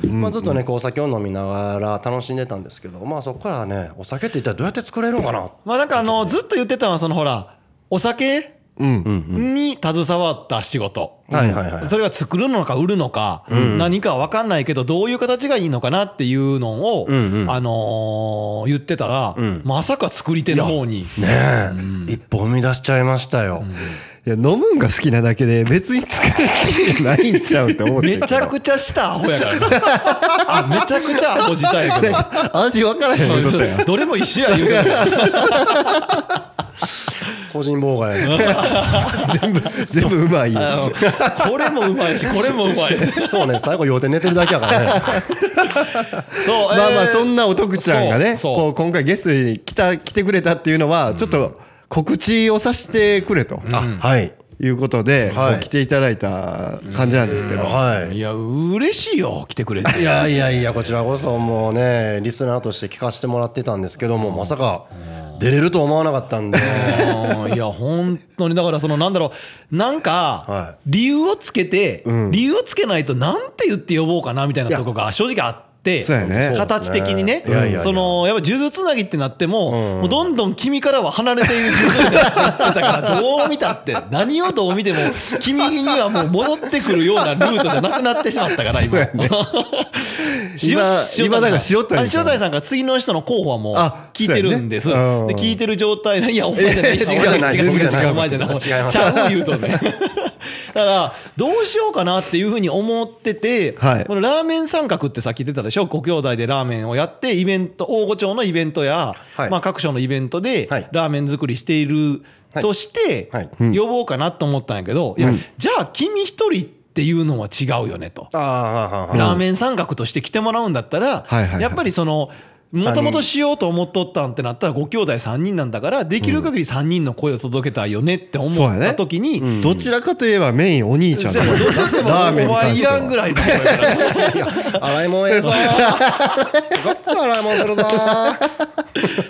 [SPEAKER 3] まあ、ずっとねこうお酒を飲みながら楽しんでたんですけど、まあ、そこからねお酒って一体どうやって作れるのかな
[SPEAKER 1] まあなんかあのずっと言ってたのはそのほらお酒
[SPEAKER 2] うん
[SPEAKER 1] に携わった仕事、
[SPEAKER 3] はいはいはい
[SPEAKER 1] それは作るのか売るのか、何か分かんないけどどういう形がいいのかなっていうのを、
[SPEAKER 3] んうん
[SPEAKER 1] あのー言ってたら、
[SPEAKER 3] ん
[SPEAKER 1] まさか作り手の方に。
[SPEAKER 3] ねえ、一歩生み出しちゃいましたよ、
[SPEAKER 2] いや飲むんが好きなだけで別に作る気がないんちゃうって思って
[SPEAKER 1] めちゃくちゃしたアホやからなあめちゃくちゃアホ自体やけ ど
[SPEAKER 2] 味分からへん
[SPEAKER 1] そう
[SPEAKER 2] の
[SPEAKER 1] そう
[SPEAKER 2] だよ
[SPEAKER 1] どれも一緒や言うても
[SPEAKER 3] 個人妨害
[SPEAKER 2] 全部うまいよ
[SPEAKER 1] あのこれもうまいしこれもうまいし
[SPEAKER 3] そうね最後要点寝てるだけやからね
[SPEAKER 1] そう
[SPEAKER 2] まあまあ
[SPEAKER 1] えー
[SPEAKER 2] そんなお徳ちゃんがね
[SPEAKER 1] そうそう
[SPEAKER 2] こう今回ゲストに来た来てくれたっていうのはちょっと告知をさせてくれと
[SPEAKER 3] はい
[SPEAKER 2] いうことで
[SPEAKER 3] はい
[SPEAKER 2] こう来ていただいた感じなんですけど
[SPEAKER 3] はい
[SPEAKER 1] いや嬉しいよ来てくれて
[SPEAKER 3] いやいやいやこちらこそもうねリスナーとして聞かせてもらってたんですけどもまさか出れると思わなかったんで
[SPEAKER 1] うんいや本当にだからそのなんだろうなんか
[SPEAKER 3] は
[SPEAKER 1] 理由をつけて
[SPEAKER 2] ん
[SPEAKER 1] 理由をつけないとなんて言って呼ぼうかなみたいなとこが正直あって。
[SPEAKER 2] そうやね
[SPEAKER 1] 形的にね
[SPEAKER 3] そうですねいやいやいや
[SPEAKER 1] そのやっぱ数珠つなぎってなっても,、
[SPEAKER 3] うん
[SPEAKER 1] もうどんどん君からは離れている数珠になってたからどう見たって何をどう見ても君にはもう戻ってくるようなルートじゃなくなってしまったから
[SPEAKER 2] そう
[SPEAKER 1] 今
[SPEAKER 2] や
[SPEAKER 1] 塩
[SPEAKER 2] ね今
[SPEAKER 1] 塩谷
[SPEAKER 2] 今だから
[SPEAKER 1] さん
[SPEAKER 2] 塩谷さん
[SPEAKER 1] あ塩谷さんから次の人の候補はもう
[SPEAKER 2] あ
[SPEAKER 1] 聞いてるんです、
[SPEAKER 2] そうやねうん
[SPEAKER 1] で聞いてる状態でいやお前じゃないし
[SPEAKER 2] いや違う
[SPEAKER 1] 違う
[SPEAKER 2] 全
[SPEAKER 1] 違う違
[SPEAKER 2] 然違う
[SPEAKER 1] うお前じゃない
[SPEAKER 3] 違います
[SPEAKER 1] ちゃう言うとね だからどうしようかなっていうふうに思ってて、
[SPEAKER 2] はい
[SPEAKER 1] このラーメン三角ってさっき出たでしょご兄弟でラーメンをやってイベント大御町のイベントや、
[SPEAKER 3] はい
[SPEAKER 1] まあ、各所のイベントで
[SPEAKER 3] はい
[SPEAKER 1] ラーメン作りしているとして、
[SPEAKER 3] はいは
[SPEAKER 1] 呼ぼうかなと思ったんやけど、いやじゃあ君一人っていうのは違うよねと。
[SPEAKER 3] ああはいはいはい
[SPEAKER 1] ラーメン三角として来てもらうんだったら、
[SPEAKER 2] はいはいはい
[SPEAKER 1] やっぱりそのもともとしようと思っとったんってなったらご兄弟3人なんだからできる限り3人の声を届けたいよねって思
[SPEAKER 2] そうや
[SPEAKER 1] っ
[SPEAKER 2] ね
[SPEAKER 1] た時に、
[SPEAKER 2] うんどちらかといえばメインお兄ちゃん
[SPEAKER 1] そ
[SPEAKER 2] だ
[SPEAKER 1] う
[SPEAKER 2] よ
[SPEAKER 1] やどうしても
[SPEAKER 2] ラーメ
[SPEAKER 1] お
[SPEAKER 2] ンに関
[SPEAKER 1] 前い
[SPEAKER 2] して
[SPEAKER 1] らんぐ
[SPEAKER 2] は
[SPEAKER 1] らいの声やから
[SPEAKER 3] 洗い物え えぞごっつ洗い物するぞ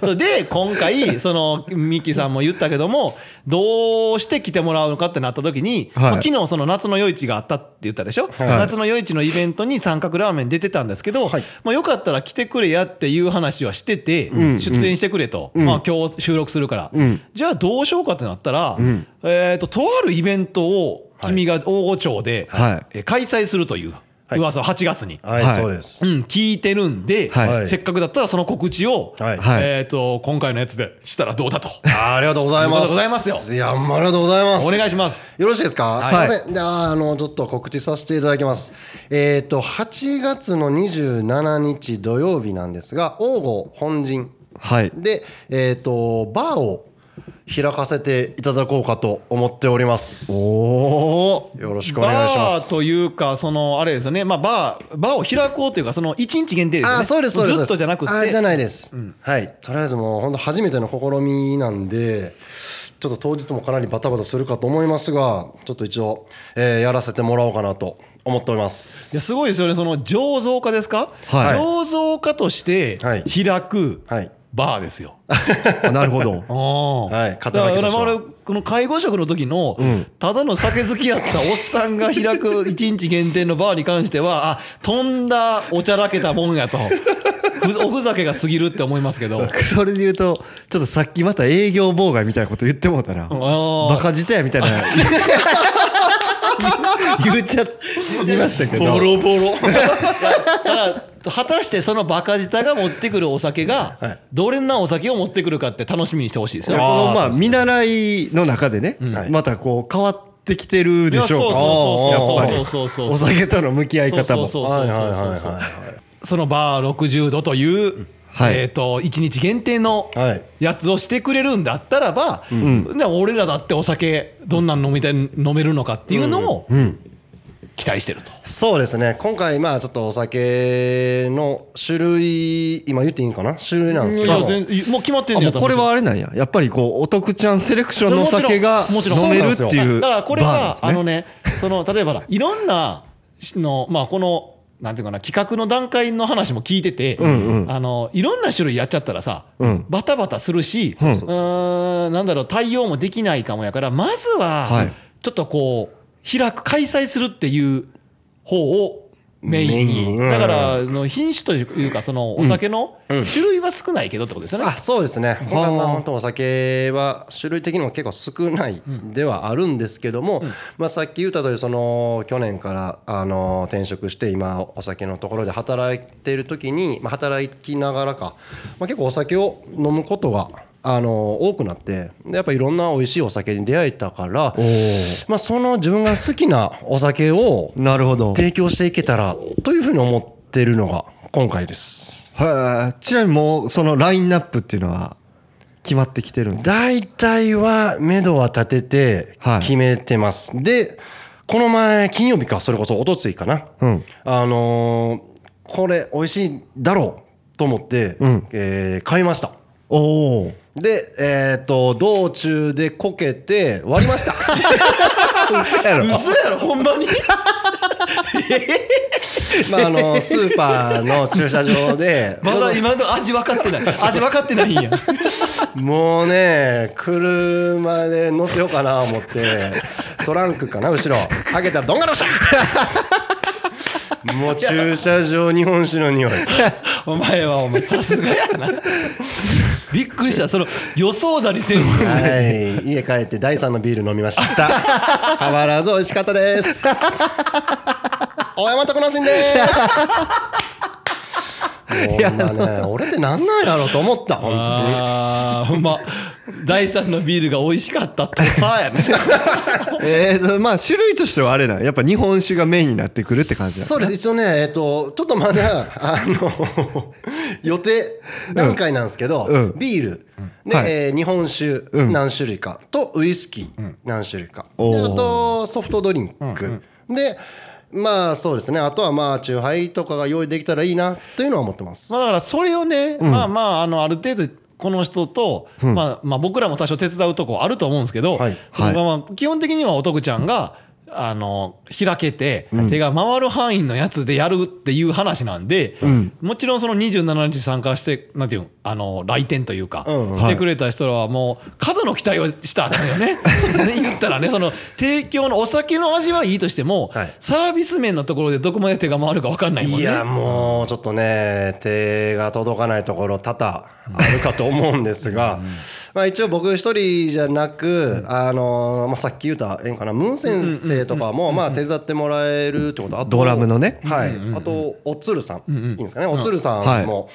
[SPEAKER 1] そうで今回そのミキさんも言ったけどもどうして来てもらうのかってなった時に、
[SPEAKER 2] はい
[SPEAKER 1] まあ昨日その夏の夜市があったって言ったでしょ、夏の夜市のイベントに三角ラーメン出てたんですけど、まあ、よかったら来てくれやっていう話はしてて、出演してくれと、まあ、今日収録するから、
[SPEAKER 2] ん
[SPEAKER 1] じゃあどうしようかってなったら、えー、ととあるイベントを君が大御町で、
[SPEAKER 2] はい
[SPEAKER 1] えー開催するという噂を8月に。
[SPEAKER 3] はい、
[SPEAKER 2] はい
[SPEAKER 3] そうで
[SPEAKER 1] う
[SPEAKER 3] す
[SPEAKER 1] ん、聞いてるんで、
[SPEAKER 2] はい
[SPEAKER 1] せっかくだったらその告知を、
[SPEAKER 3] はい、
[SPEAKER 2] はい
[SPEAKER 1] えっ、と今回のやつでしたらどうだと
[SPEAKER 3] あありがとうございます
[SPEAKER 1] ありがとうございます
[SPEAKER 3] よいやほんまありがとうございます
[SPEAKER 1] お願いします
[SPEAKER 3] よろしいですか、
[SPEAKER 2] はい
[SPEAKER 3] すいませんであーあのちょっと告知させていただきますえっ、と8月の27日土曜日なんですが王吾本陣
[SPEAKER 2] はい
[SPEAKER 3] で、えっとバーを開かせていただこうかと思っております
[SPEAKER 2] お
[SPEAKER 3] よろしくお願いします
[SPEAKER 1] バーというかそのあれですよね、まあ、バーバーを開こうというかその一日限定ですよね
[SPEAKER 3] あーそうですそうです
[SPEAKER 1] ずっとじゃなくて
[SPEAKER 3] あーじゃないです、はいとりあえずもう本当初めての試みなんでちょっと当日もかなりバタバタするかと思いますがちょっと一応、えーやらせてもらおうかなと思っております
[SPEAKER 1] いやすごいですよねその醸造家ですか、
[SPEAKER 2] はい
[SPEAKER 1] 醸造家として
[SPEAKER 3] は
[SPEAKER 1] 開
[SPEAKER 3] い
[SPEAKER 1] く
[SPEAKER 3] はい
[SPEAKER 1] バーですよ、
[SPEAKER 2] ーなるほど
[SPEAKER 1] ああ
[SPEAKER 3] はい肩
[SPEAKER 1] だ
[SPEAKER 3] 書
[SPEAKER 1] か
[SPEAKER 3] きと
[SPEAKER 1] ら
[SPEAKER 3] しては
[SPEAKER 1] 我々この介護職の時のただの酒好きやったおっさんが開 く一日限定のバーに関してはあ飛んだおちゃらけたもんやとふおふざけが過ぎるって思いますけどあ
[SPEAKER 2] それで言うとちょっとさっきまた営業妨害みたいなこと言ってもうたな
[SPEAKER 1] ー
[SPEAKER 2] バカ自体 みたいな言っちゃいましたけど
[SPEAKER 3] ボロ
[SPEAKER 1] ただ果たしてそのバカ舌が持ってくるお酒がどれなお酒を持ってくるかって楽しみにしてほしいです
[SPEAKER 2] こ
[SPEAKER 1] よ
[SPEAKER 2] の
[SPEAKER 1] ね。
[SPEAKER 3] あー
[SPEAKER 2] まあ
[SPEAKER 3] そうです
[SPEAKER 2] 見習いの中でね、
[SPEAKER 3] はい
[SPEAKER 2] またこう変わってきてるでしょうか
[SPEAKER 1] いやそうそうそうそうそうそうそ
[SPEAKER 2] やっぱり
[SPEAKER 1] うそう
[SPEAKER 2] お酒との向き合い
[SPEAKER 1] そう
[SPEAKER 2] 方
[SPEAKER 1] そ
[SPEAKER 2] も
[SPEAKER 1] うそうそう
[SPEAKER 3] はいはい
[SPEAKER 1] そ
[SPEAKER 3] は
[SPEAKER 1] う
[SPEAKER 3] い
[SPEAKER 1] そう
[SPEAKER 3] はい
[SPEAKER 1] そのバー60度という、
[SPEAKER 2] はい
[SPEAKER 1] えー、と1日限定の
[SPEAKER 3] はい
[SPEAKER 1] やつをしてくれるんだったらば、で俺らだってお酒どんなん飲みたい飲めるのかっていうのを期待してると。
[SPEAKER 3] そうですね今回まあちょっとお酒の種類今言っていいんかな種類なんですけ
[SPEAKER 1] い
[SPEAKER 3] ど
[SPEAKER 1] や
[SPEAKER 3] も
[SPEAKER 1] 全もう決まってん
[SPEAKER 2] あ
[SPEAKER 1] ね
[SPEAKER 2] も
[SPEAKER 1] や
[SPEAKER 2] うこれはあれなんややっぱりこうお得ちゃんセレクションのお酒が
[SPEAKER 1] もちろん
[SPEAKER 2] 飲めるっていう
[SPEAKER 1] だからこれ
[SPEAKER 2] バ
[SPEAKER 1] は、
[SPEAKER 2] ー
[SPEAKER 1] あ
[SPEAKER 2] なん
[SPEAKER 1] の
[SPEAKER 2] ですね
[SPEAKER 1] ねその例えばないろんなしの、まあ、このなんていうかな企画の段階の話も聞いてて、
[SPEAKER 2] んうん
[SPEAKER 1] あのいろんな種類やっちゃったらさ、
[SPEAKER 2] うん
[SPEAKER 1] バタバタするし、
[SPEAKER 2] うん
[SPEAKER 1] ーんなんだろう対応もできないかもやからまずは、
[SPEAKER 2] はい
[SPEAKER 1] ちょっとこう開く開催するっていう方をメインに
[SPEAKER 3] メインにうん
[SPEAKER 1] だからあの品種というかそのお酒の種類は少ないけどってことですよね
[SPEAKER 3] あ。そうですね今回まあ
[SPEAKER 2] はあ
[SPEAKER 3] 本当お酒は種類的にも結構少ないではあるんですけども、まあ、さっき言った通りその去年からあの転職して今お酒のところで働いている時に、まあ、働きながらか、まあ、結構お酒を飲むことがあの多くなってでやっぱいろんな美味しいお酒に出会えたから、まあ、その自分が好きなお酒を
[SPEAKER 2] なるほど
[SPEAKER 3] 提供していけたらというふうに思ってるのが今回です。
[SPEAKER 2] はいちなみにもうそのラインナップっていうのは決まってきてるんです
[SPEAKER 3] 大体は目処は立てて
[SPEAKER 2] はい
[SPEAKER 3] 決めてます、でこの前金曜日かそれこそおとついかな、
[SPEAKER 2] うん
[SPEAKER 3] あのーこれ美味しいだろうと思って、
[SPEAKER 2] うん
[SPEAKER 3] えー買いました
[SPEAKER 2] おお
[SPEAKER 3] でえっ、と道中でこけて割りました
[SPEAKER 2] 嘘やろ
[SPEAKER 1] 嘘やろほんまに
[SPEAKER 3] まああのスーパーの駐車場 で
[SPEAKER 1] まだ今の味分かってない 味分かってないんや。
[SPEAKER 3] もうね、車で乗せようかな思って、トランクかな、後ろ。開けたら、どんがらしゃもう駐車場日本酒の匂い。
[SPEAKER 1] お前はお前さすがや なびっくりしたその予想だりせん
[SPEAKER 3] はい。家帰って第3のビール飲みました。変わらず美味しかったです。大山徳之進です。もう今ね、俺ってなんなんやろうと思った、本当に。
[SPEAKER 1] あーほんま第三のビールが美味しかったとさやね
[SPEAKER 2] えーとまあ種類としてはあれなんやっぱ日本酒がメインになってくるって感じなん
[SPEAKER 3] そうです一応ねえっ、とちょっとま だあの予定段階なんですけど、
[SPEAKER 2] うん
[SPEAKER 3] ビール、で、
[SPEAKER 2] はい
[SPEAKER 3] えー日本酒
[SPEAKER 2] うん
[SPEAKER 3] 何種類か、とウイスキー何種類か、
[SPEAKER 2] お
[SPEAKER 3] で
[SPEAKER 2] ー
[SPEAKER 3] あとソフトドリンク、でまあそうですねあとはまあチューハイとかが用意できたらいいなというのは思ってます、
[SPEAKER 1] まあだからそれをね、まあまああのある程度この人と、まあ、まあ僕らも多少手伝うとこあると思うんですけど、
[SPEAKER 3] はい
[SPEAKER 2] はい
[SPEAKER 1] まあまあ基本的にはお徳ちゃんがあの開けて、手が回る範囲のやつでやるっていう話なんで、
[SPEAKER 2] ん
[SPEAKER 1] もちろんその27日参加してなんていうのあの来店というか、
[SPEAKER 3] うんうん
[SPEAKER 1] してくれた人らはもう過度の期待をしたらあかんよねね言ったらねその提供のお酒の味はいいとしても、
[SPEAKER 3] はい
[SPEAKER 1] サービス面のところでどこまで手が回るか分かんないもんね。
[SPEAKER 3] いやもうちょっとね手が届かないところ多々あるかと思うんですが、まあ、一応僕一人じゃなく、あのまあ、さっき言ったええんかなムーン先生とかもまあ手伝ってもらえるってことあと
[SPEAKER 2] ドラムのね
[SPEAKER 3] はい、あとおつるさん、いいんですかねおつるさん
[SPEAKER 2] はい
[SPEAKER 3] も、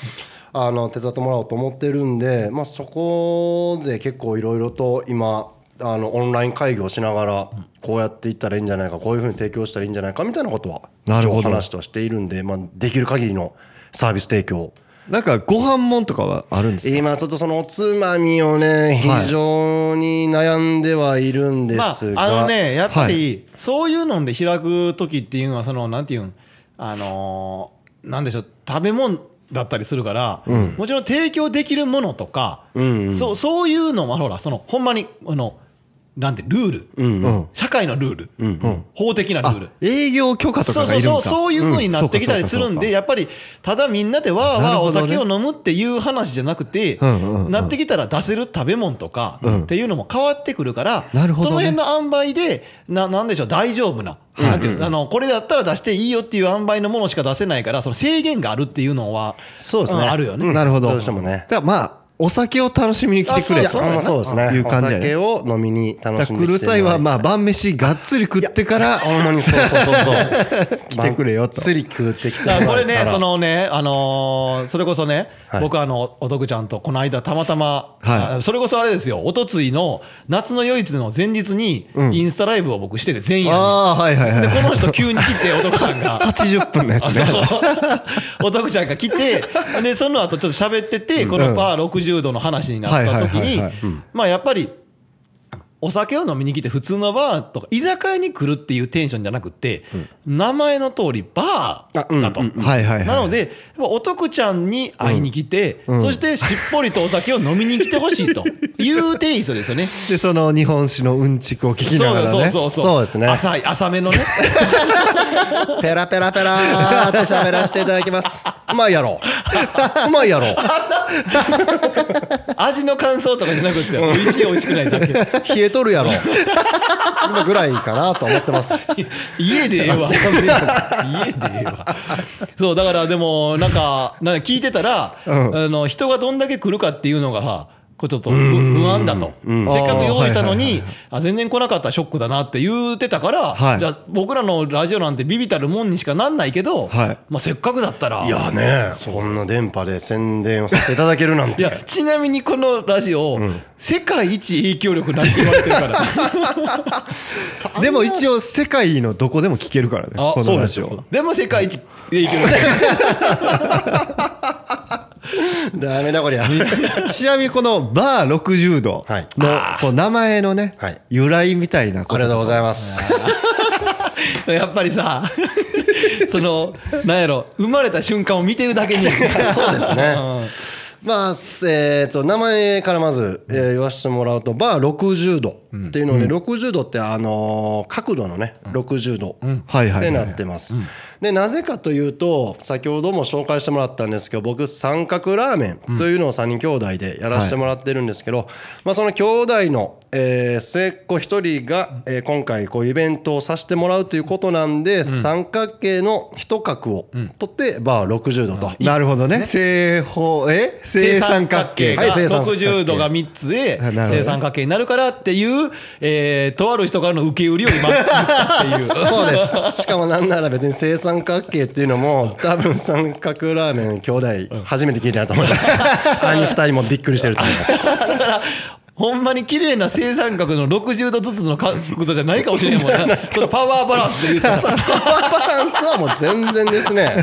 [SPEAKER 3] あの手伝ってもらおうと思ってるんで、まあ、そこで結構いろいろと今あのオンライン会議をしながらこうやっていったらいいんじゃないかこういうふうに提供したらいいんじゃないかみたいなことは
[SPEAKER 2] なるほど
[SPEAKER 3] 一応話とはしているんで、まあ、できる限りのサービス提供
[SPEAKER 2] なんかご飯もんとかはあるんですか
[SPEAKER 3] 今ちょっとそのおつまみをね
[SPEAKER 2] はい
[SPEAKER 3] 非常に悩んではいるんですが、
[SPEAKER 1] まあ、あのねやっぱりそういうので開く時っていうのはそのなんていうんあのーなんでしょう食べ物だったりするから、もちろん提供できるものとか、
[SPEAKER 3] うんうん
[SPEAKER 1] そうそういうのもほらそのほんまにあのなんてルール、
[SPEAKER 3] うん
[SPEAKER 2] うん
[SPEAKER 1] 社会のルール、
[SPEAKER 3] うん
[SPEAKER 2] うん
[SPEAKER 1] 法的なルール
[SPEAKER 2] 営業許可と
[SPEAKER 1] そ
[SPEAKER 2] か
[SPEAKER 1] うそ
[SPEAKER 2] がいうるん
[SPEAKER 1] そ
[SPEAKER 2] か
[SPEAKER 1] うそういう風になってきたりするんで
[SPEAKER 2] や
[SPEAKER 1] やっぱりただみんなでわーわ
[SPEAKER 2] なる
[SPEAKER 1] ーお
[SPEAKER 2] ほどね
[SPEAKER 1] 酒を飲むっていう話じゃなくて
[SPEAKER 2] うんうんうん
[SPEAKER 1] なってきたら出せる食べ物とか
[SPEAKER 2] うん
[SPEAKER 1] っていうのも変わってくるからそ
[SPEAKER 2] なる
[SPEAKER 1] の
[SPEAKER 2] ほどね
[SPEAKER 1] 辺の塩梅でななんでしょう大丈夫ななんていうあのこれだったら出していいよっていう塩梅のものしか出せないからその制限があるっていうのは
[SPEAKER 3] そうですね
[SPEAKER 1] んあるよね。
[SPEAKER 2] なるほど
[SPEAKER 3] どうしてもね
[SPEAKER 2] だからまあお酒を楽しみに来てくれ
[SPEAKER 3] いやほんまそうですね。
[SPEAKER 2] いう感じやね
[SPEAKER 3] お酒を飲みに楽
[SPEAKER 2] だ
[SPEAKER 3] し
[SPEAKER 2] か
[SPEAKER 3] ん
[SPEAKER 2] ら
[SPEAKER 3] で
[SPEAKER 2] 来
[SPEAKER 3] きて
[SPEAKER 2] る際はまあ晩飯がっつり食ってから
[SPEAKER 3] ほんまにそうそうそうそう
[SPEAKER 2] 来てくれよと
[SPEAKER 3] 釣り食ってきてもら
[SPEAKER 1] だ から
[SPEAKER 3] ったら
[SPEAKER 1] これね、そのね、あのーそれこそね、
[SPEAKER 3] はい
[SPEAKER 1] 僕あの、お徳ちゃんとこの間たまたま、
[SPEAKER 2] はい
[SPEAKER 1] あそれこそあれですよ、おとついの夏の夜市の前日に、
[SPEAKER 2] うん
[SPEAKER 1] インスタライブを僕してて、前夜に。
[SPEAKER 2] ああはいはい
[SPEAKER 1] で、
[SPEAKER 2] は
[SPEAKER 1] こ
[SPEAKER 2] い
[SPEAKER 1] の人急に来 て、お徳ちゃんが。
[SPEAKER 2] 80分のや
[SPEAKER 1] あ
[SPEAKER 2] つ
[SPEAKER 1] そ
[SPEAKER 2] ね
[SPEAKER 1] うお徳ちゃんが来 てでその後ちょっと喋ってて、このバー60度の話になった時
[SPEAKER 2] はいはい
[SPEAKER 1] に
[SPEAKER 2] はいはいうん
[SPEAKER 1] まあやっぱりお酒を飲みに来て普通のバーとか居酒屋に来るっていうテンションじゃなくて、名前の通りバ
[SPEAKER 3] あうん
[SPEAKER 1] ーだと、
[SPEAKER 3] うんうん
[SPEAKER 2] はいはいはい
[SPEAKER 1] なのでやっぱお徳ちゃんに会いに来て、そしてしっぽりとお酒を飲みに来てほしい というテイストですよね。
[SPEAKER 2] でその日本酒のうんちくを聞きながら
[SPEAKER 1] そう
[SPEAKER 2] ね
[SPEAKER 1] そうそう
[SPEAKER 3] そうですね
[SPEAKER 1] 浅い浅めのね
[SPEAKER 3] ペラペラペラーって喋らせていただきます。うまいやろ。うまいやろ。
[SPEAKER 1] 味の感想とかじゃなくて美味しい美味しくないだけ
[SPEAKER 3] 冷えとるやろ。今ぐらいかなと思ってます。
[SPEAKER 1] 家でええ わ家でええわそうだからでもなんかなんか聞いてたら、
[SPEAKER 2] うん
[SPEAKER 1] あの人がどんだけ来るかっていうのがさこうちょっと不不安だと、せっかく用意したの
[SPEAKER 2] あーはいはいはい
[SPEAKER 1] にあ全然来なかったらショックだなって言ってたから、
[SPEAKER 2] はい
[SPEAKER 1] じゃあ僕らのラジオなんてビビたるもんにしかなんないけど、
[SPEAKER 2] はい
[SPEAKER 1] まあ、せっかくだったら
[SPEAKER 3] いやね、そんな電波で宣伝をさせていただけるなん
[SPEAKER 1] い
[SPEAKER 3] て。
[SPEAKER 1] やちなみにこのラジオ、世界一影響力ないって言われてるから
[SPEAKER 2] でも一応世界のどこでも聞けるからね
[SPEAKER 1] あ
[SPEAKER 2] このラジオは
[SPEAKER 1] でも世界一影響力
[SPEAKER 3] ダメだ こりゃ。
[SPEAKER 2] ちなみにこのバー60度
[SPEAKER 3] はい
[SPEAKER 2] のこう名前のね
[SPEAKER 3] はい
[SPEAKER 2] 由来みたいな
[SPEAKER 3] あ
[SPEAKER 2] こ
[SPEAKER 3] りがとう
[SPEAKER 2] と
[SPEAKER 3] ございます。
[SPEAKER 1] やっぱりさそのなんやろ生まれた瞬間を見てるだけに
[SPEAKER 3] そうですね
[SPEAKER 1] うん
[SPEAKER 3] まあ、すえっと、名前からまず、えー言わせてもらうと、バー60度っていうので、60度って、あのー、角度のね、60度。
[SPEAKER 2] はいはい
[SPEAKER 3] っ
[SPEAKER 2] は
[SPEAKER 3] て
[SPEAKER 2] い
[SPEAKER 3] なってます。でなぜかというと先ほども紹介してもらったんですけど僕三角ラーメンというのを3人兄弟でやらせてもらってるんですけど、まあ、その兄弟の、えー末っ子1人が、えー今回こうイベントをさせてもらうということなんで、三角形の一角を取ってバー60度と。
[SPEAKER 2] なるほどね正方え正三角形
[SPEAKER 1] が
[SPEAKER 3] はい正三角形
[SPEAKER 1] 60度が3つで
[SPEAKER 2] なるほど
[SPEAKER 1] 正三角形になるからっていう、えーとある人からの受け売りを今言ったっていう
[SPEAKER 3] そうですしかもなんなら別に正三角形っていうのも多分三角ラーメン兄弟初めて聞いたなと思います 兄2人もびっくりしてると思いま
[SPEAKER 1] だ
[SPEAKER 3] す
[SPEAKER 1] からほんまに綺麗な正三角の60度ずつの角度じゃないかもしれんもんなそのパワーバランスで言うと
[SPEAKER 3] パワーバランスはもう全然ですね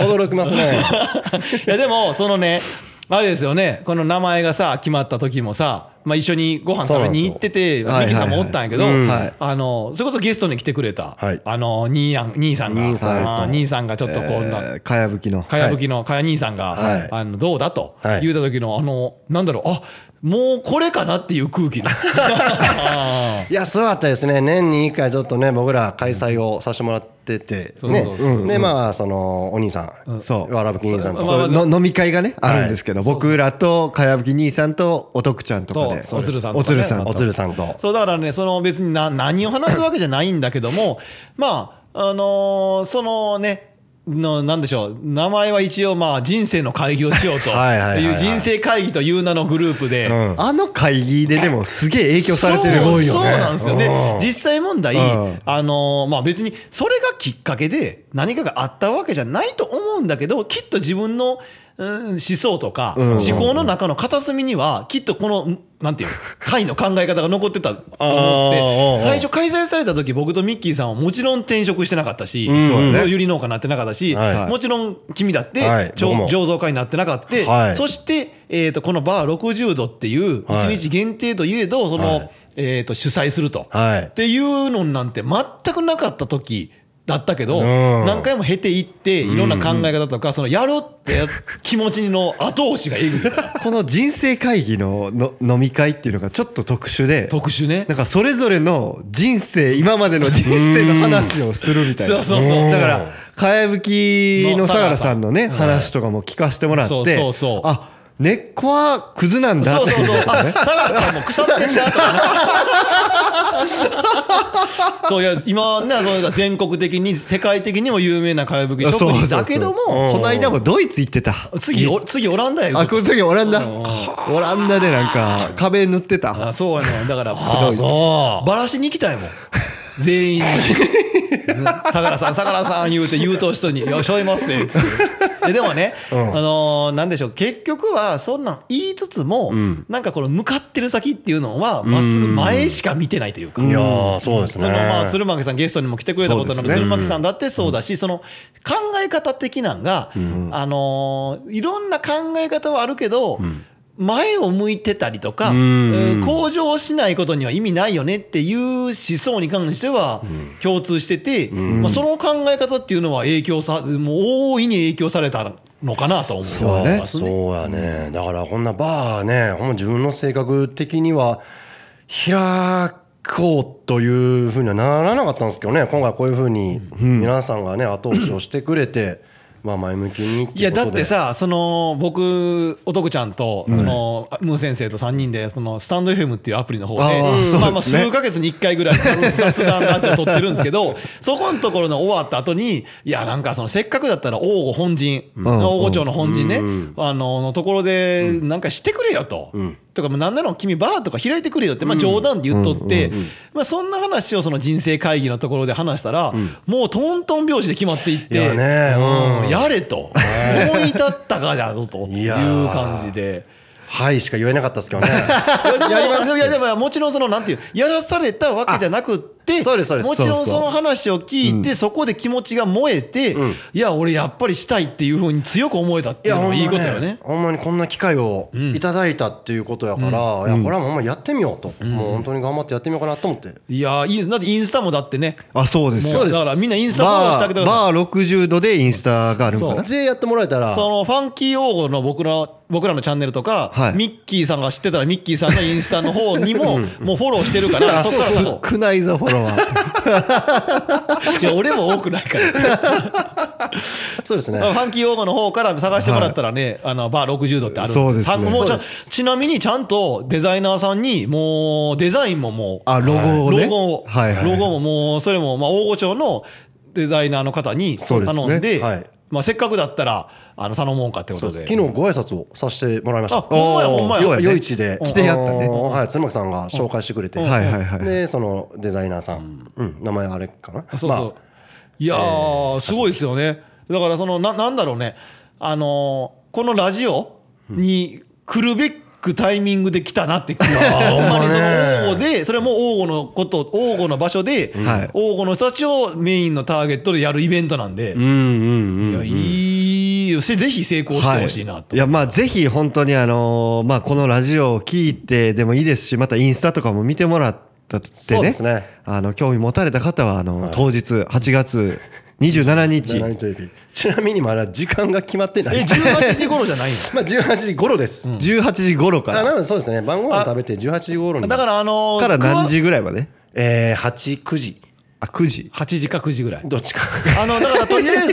[SPEAKER 3] 驚きますね
[SPEAKER 1] いやでもそのねあれですよねこの名前がさ決まった時もさ、まあ、一緒にご飯食べに行ってて
[SPEAKER 2] そうなん
[SPEAKER 1] ミ
[SPEAKER 2] で
[SPEAKER 1] キ
[SPEAKER 2] すよ
[SPEAKER 1] さんもおったんやけど、
[SPEAKER 2] はいはいはいうん
[SPEAKER 1] あのそれこそゲストに来てくれた、
[SPEAKER 3] はい
[SPEAKER 1] あの兄やん兄さんが
[SPEAKER 3] 兄さんと
[SPEAKER 1] あー兄さんがちょっとこんな、
[SPEAKER 2] えーかやぶきの
[SPEAKER 1] かやぶきのかや兄さんが、
[SPEAKER 3] はい
[SPEAKER 1] あのどうだと
[SPEAKER 3] はい
[SPEAKER 1] 言うた時のあのなんだろうあもうこれかなっていう空 気あ
[SPEAKER 3] いやそうだったですね年に1回ちょっとね僕ら開催をさせてもらってて
[SPEAKER 1] そうそうそう
[SPEAKER 3] ねでまあそのお兄さん
[SPEAKER 2] そう
[SPEAKER 3] わらぶき兄さん
[SPEAKER 1] まあまあ
[SPEAKER 3] と
[SPEAKER 2] そうの飲み会がねあるんですけど僕らとかやぶき兄さんとおとくちゃんとかで
[SPEAKER 1] そうそうです
[SPEAKER 2] おつるさん
[SPEAKER 1] まあ
[SPEAKER 2] と
[SPEAKER 3] おつるさんと
[SPEAKER 1] ーそうだからねその別にな何を話すわけじゃないんだけども まああのーそのねのなんでしょう名前は一応まあ人生の会議をしようと
[SPEAKER 3] はいはいはいはい
[SPEAKER 1] いう人生会議という名のグループで。
[SPEAKER 3] うん
[SPEAKER 2] あの会議ででもすげえ影響されてる
[SPEAKER 1] そう
[SPEAKER 3] すごいよね
[SPEAKER 1] そうなんですよね
[SPEAKER 3] うん
[SPEAKER 1] 実際問題、
[SPEAKER 2] うん
[SPEAKER 1] あのーまあ、別にそれがきっかけで何かがあったわけじゃないと思うんだけどきっと自分の、うん思想とか
[SPEAKER 2] ん
[SPEAKER 1] 思考の中の片隅にはきっとこのんなん ていう会の考え方が残ってたと思っ
[SPEAKER 3] あー
[SPEAKER 1] て最初開催された時僕とミッキーさんはもちろん転職してなかったし、
[SPEAKER 3] んそうだね
[SPEAKER 1] ゆり農家になってなかったし、
[SPEAKER 3] はい
[SPEAKER 1] もちろん君だって、
[SPEAKER 3] はい
[SPEAKER 1] 醸
[SPEAKER 3] 僕も
[SPEAKER 1] 醸造家になってなかった
[SPEAKER 3] はい
[SPEAKER 1] そして、えー、とこのバー60度っていう
[SPEAKER 3] はい
[SPEAKER 1] 1日限定といえどその、
[SPEAKER 3] はい
[SPEAKER 1] えー、と主催すると、
[SPEAKER 3] はい
[SPEAKER 1] っていうのなんて全くなかった時だったけど、
[SPEAKER 3] うん
[SPEAKER 1] 何回も経ていっていろんな考え方とか、そのやろうってやる気持ちの後押しがえぐい
[SPEAKER 2] この人生会議のの飲み会っていうのがちょっと特殊で
[SPEAKER 1] 特殊ね
[SPEAKER 2] なんかそれぞれの人生今までの人生の話をするみたいな
[SPEAKER 1] うん そうそうそう
[SPEAKER 2] だからかやぶきの相良さんのね話とかも聞かせてもらっ
[SPEAKER 1] そう
[SPEAKER 2] て
[SPEAKER 1] そうそう
[SPEAKER 2] あ根っこはクズなんだ
[SPEAKER 1] そ
[SPEAKER 2] っ
[SPEAKER 1] う
[SPEAKER 2] て
[SPEAKER 1] そう
[SPEAKER 2] いう
[SPEAKER 1] そう
[SPEAKER 2] の
[SPEAKER 1] あ
[SPEAKER 2] がね
[SPEAKER 1] 相良さんも腐ってんだとかそういや今ねその全国的に世界的にも有名なかやぶき職
[SPEAKER 2] そうそう
[SPEAKER 1] 人
[SPEAKER 2] そう
[SPEAKER 1] だけども
[SPEAKER 2] この間もドイツ行ってた
[SPEAKER 1] 次お次オランダや言う
[SPEAKER 2] あ
[SPEAKER 1] と
[SPEAKER 2] この次オランダ
[SPEAKER 1] うん
[SPEAKER 2] オランダでなんか壁塗ってた
[SPEAKER 1] あそうやねだから
[SPEAKER 3] ああそ
[SPEAKER 1] バラしに行きたいもん全員にうん相良さん相良さん言うて言うと人に「よしょいますね」つってででもね、
[SPEAKER 3] うん
[SPEAKER 1] あのーなんでしょう結局はそんなん言いつつも、
[SPEAKER 3] うん
[SPEAKER 1] なんかこの向かってる先っていうのはまっすぐ前しか見てないというか。
[SPEAKER 3] ういやーそうです
[SPEAKER 1] そ
[SPEAKER 3] ね
[SPEAKER 1] のまあ鶴巻さんゲストにも来てくれたことな
[SPEAKER 2] そ
[SPEAKER 1] の
[SPEAKER 2] うですね
[SPEAKER 1] 鶴巻さんだってそうだし、その考え方的なんが、
[SPEAKER 3] ん
[SPEAKER 1] あのーいろんな考え方はあるけど、前を向いてたりとか、
[SPEAKER 3] うん
[SPEAKER 1] えー向上しないことには意味ないよねっていう思想に関しては共通してて、
[SPEAKER 3] ん
[SPEAKER 1] まあ、その考え方っていうのは影響さもう大いに影響されたのかなと思
[SPEAKER 3] そうう
[SPEAKER 1] ま
[SPEAKER 3] やね
[SPEAKER 1] す
[SPEAKER 3] そ
[SPEAKER 1] ね。
[SPEAKER 3] うやねだからこんなバーねほんま自分の性格的には開こうというふうにはならなかったんですけどね今回こういうふうに皆さんがね後押しをしてくれてまあ前向きにっていうことで
[SPEAKER 1] いやだってさその僕おとくちゃんとそのムー先生と3人でそのスタンド FM っていうアプリの方で
[SPEAKER 2] あーそうですね
[SPEAKER 1] まあまあ数ヶ月に1回ぐらい 雑談ラジオ撮ってるんですけどそこのところの終わった後にいやなんかそのせっかくだったら王吾本陣
[SPEAKER 2] ん
[SPEAKER 1] 王吾町の本陣ね
[SPEAKER 3] うん
[SPEAKER 1] あののところでなんかしてくれよと
[SPEAKER 3] うん。
[SPEAKER 1] とかもう何なの君バーとか開いてくれよってまあ冗談で言っとってまあそんな話をその人生会議のところで話したらもうトントン拍子で決まっていって
[SPEAKER 3] いやねうん
[SPEAKER 1] うんやれと思い立ったかだぞと
[SPEAKER 3] い
[SPEAKER 1] いう
[SPEAKER 3] やー
[SPEAKER 1] 感じで。
[SPEAKER 3] はいしか言えなかったですけどね
[SPEAKER 1] いや
[SPEAKER 3] やります
[SPEAKER 1] いやでももちろんそのなんていうやらされたわけじゃなくって
[SPEAKER 3] あそうですそうです
[SPEAKER 1] もちろ
[SPEAKER 2] そ
[SPEAKER 1] ん
[SPEAKER 2] うそう
[SPEAKER 1] その話を聞いてそこで気持ちが燃えて
[SPEAKER 3] うん
[SPEAKER 1] いや俺やっぱりしたいっていうふうに強く思えたっていうのもいいことよね。
[SPEAKER 3] ほんまにこんな機会を
[SPEAKER 1] うん
[SPEAKER 3] いただいたっていうことやから、いやこれはもうほんまやってみようと、
[SPEAKER 1] ん
[SPEAKER 3] もう本当に頑張ってやってみようかなと思って、
[SPEAKER 1] いやーいいだってインスタもだってね
[SPEAKER 2] あそうです
[SPEAKER 1] も
[SPEAKER 2] よ
[SPEAKER 1] うだからみんなインスタフォローしてあげてくださ
[SPEAKER 2] バーバー60度でインスタがあるんかな
[SPEAKER 3] でやってもらえたら
[SPEAKER 1] そのファンキー王語の僕ら僕らのチャンネルとか、
[SPEAKER 2] はい
[SPEAKER 1] ミッキーさんが知ってたらミッキーさんのインスタの方にももうフォローしてる からそっからこ
[SPEAKER 2] 少ないぞフォロワー
[SPEAKER 1] そいや俺も多くないから
[SPEAKER 3] そうですね
[SPEAKER 1] あファンキーオーバーの方から探してもらったらね、あのバー60度ってあるん
[SPEAKER 2] そうですね
[SPEAKER 1] ファンもうち
[SPEAKER 2] そ
[SPEAKER 1] ゃ
[SPEAKER 2] うん
[SPEAKER 1] ちなみにちゃんとデザイナーさんにもうデザインももう
[SPEAKER 2] あロゴをね
[SPEAKER 1] ロゴを、
[SPEAKER 2] はいはい
[SPEAKER 1] ロゴももうそれもまあ大御所のデザイナーの方に
[SPEAKER 2] そうですね
[SPEAKER 1] 頼んで、
[SPEAKER 3] はい
[SPEAKER 1] まあ、せっかくだったらあの頼もうかってことで
[SPEAKER 3] 昨日ご挨拶をさせてもらいまし
[SPEAKER 1] あ
[SPEAKER 3] た
[SPEAKER 1] ほんまやほんまや
[SPEAKER 2] そうやね
[SPEAKER 3] 夜市で
[SPEAKER 2] 来てやったね
[SPEAKER 3] あのーはい鶴巻さんが紹介してくれて
[SPEAKER 2] はいはいはい
[SPEAKER 3] でそのデザイナーさんうん名前あれかな
[SPEAKER 1] あそうそう、
[SPEAKER 3] まあ
[SPEAKER 1] いやー、すごいですよねだからそのななんだろうねあのーこのラジオに来るべくタイミングで来たなって気が ほんまにその王吾でそれも王吾のこと王吾の場所で、
[SPEAKER 2] はい
[SPEAKER 1] 王吾の人たちをメインのターゲットでやるイベントなんで、
[SPEAKER 3] うんう
[SPEAKER 1] い
[SPEAKER 3] んうん
[SPEAKER 1] やいいよせぜひ成功してほしいなと、
[SPEAKER 2] いやまあぜひ本当にあのーまあこのラジオを聞いてでもいいですしまたインスタとかも見てもらったってね
[SPEAKER 3] そうですね
[SPEAKER 2] あの興味持たれた方はあの、当日8月27日
[SPEAKER 3] 何という日ちなみにまだ時間が決まってな
[SPEAKER 1] え
[SPEAKER 3] い
[SPEAKER 1] 18時頃じゃない
[SPEAKER 3] まあ18時頃です
[SPEAKER 2] 18時頃か
[SPEAKER 3] あ
[SPEAKER 2] ら
[SPEAKER 3] なのでそうですね晩ご飯食べて18時頃
[SPEAKER 1] の
[SPEAKER 3] に
[SPEAKER 1] だからあのー
[SPEAKER 2] から何時ぐらいまで
[SPEAKER 3] え89時
[SPEAKER 2] あ9時
[SPEAKER 1] 8時か9時ぐらい
[SPEAKER 3] どっちか
[SPEAKER 1] あのだからとりあえず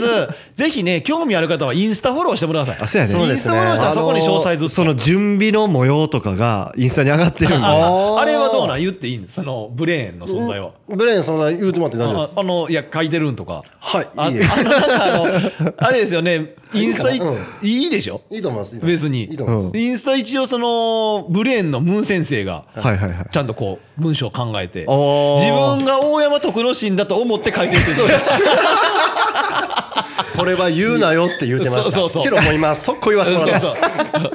[SPEAKER 1] ぜひね興味ある方はインスタフォローしてもらってくだ
[SPEAKER 2] あ
[SPEAKER 1] さ
[SPEAKER 2] そ
[SPEAKER 1] い
[SPEAKER 2] うやね
[SPEAKER 1] インスタフォローしたらそこに詳細ずっと
[SPEAKER 2] その準備の模様とかがインスタに上がってるんで
[SPEAKER 3] あ
[SPEAKER 1] あ
[SPEAKER 3] ー
[SPEAKER 1] あれはどうなん言っていいんですそのブレーンの存在は。
[SPEAKER 3] ブレーンそんな言うてもらって大丈夫で
[SPEAKER 1] あ
[SPEAKER 3] す
[SPEAKER 1] あのいや書いてるんとか。
[SPEAKER 3] は
[SPEAKER 1] あ
[SPEAKER 3] いいいえ
[SPEAKER 1] あのなんかあのあれですよねインスタい
[SPEAKER 3] いいかなうん
[SPEAKER 1] いいでしょ
[SPEAKER 3] いいと思いますいいと思います
[SPEAKER 1] 別に
[SPEAKER 3] いいと思います
[SPEAKER 1] インスタ一応そのブレーンのムーン先生が
[SPEAKER 2] はいはいはい
[SPEAKER 1] ちゃんとこう文章を考えて自
[SPEAKER 2] おー
[SPEAKER 1] 分が大山徳之進だと思って書いてるって言って
[SPEAKER 3] これは言うなよって言うてました
[SPEAKER 1] そうそうそう
[SPEAKER 3] けどもう今速攻言わせてもらいます
[SPEAKER 1] そうそう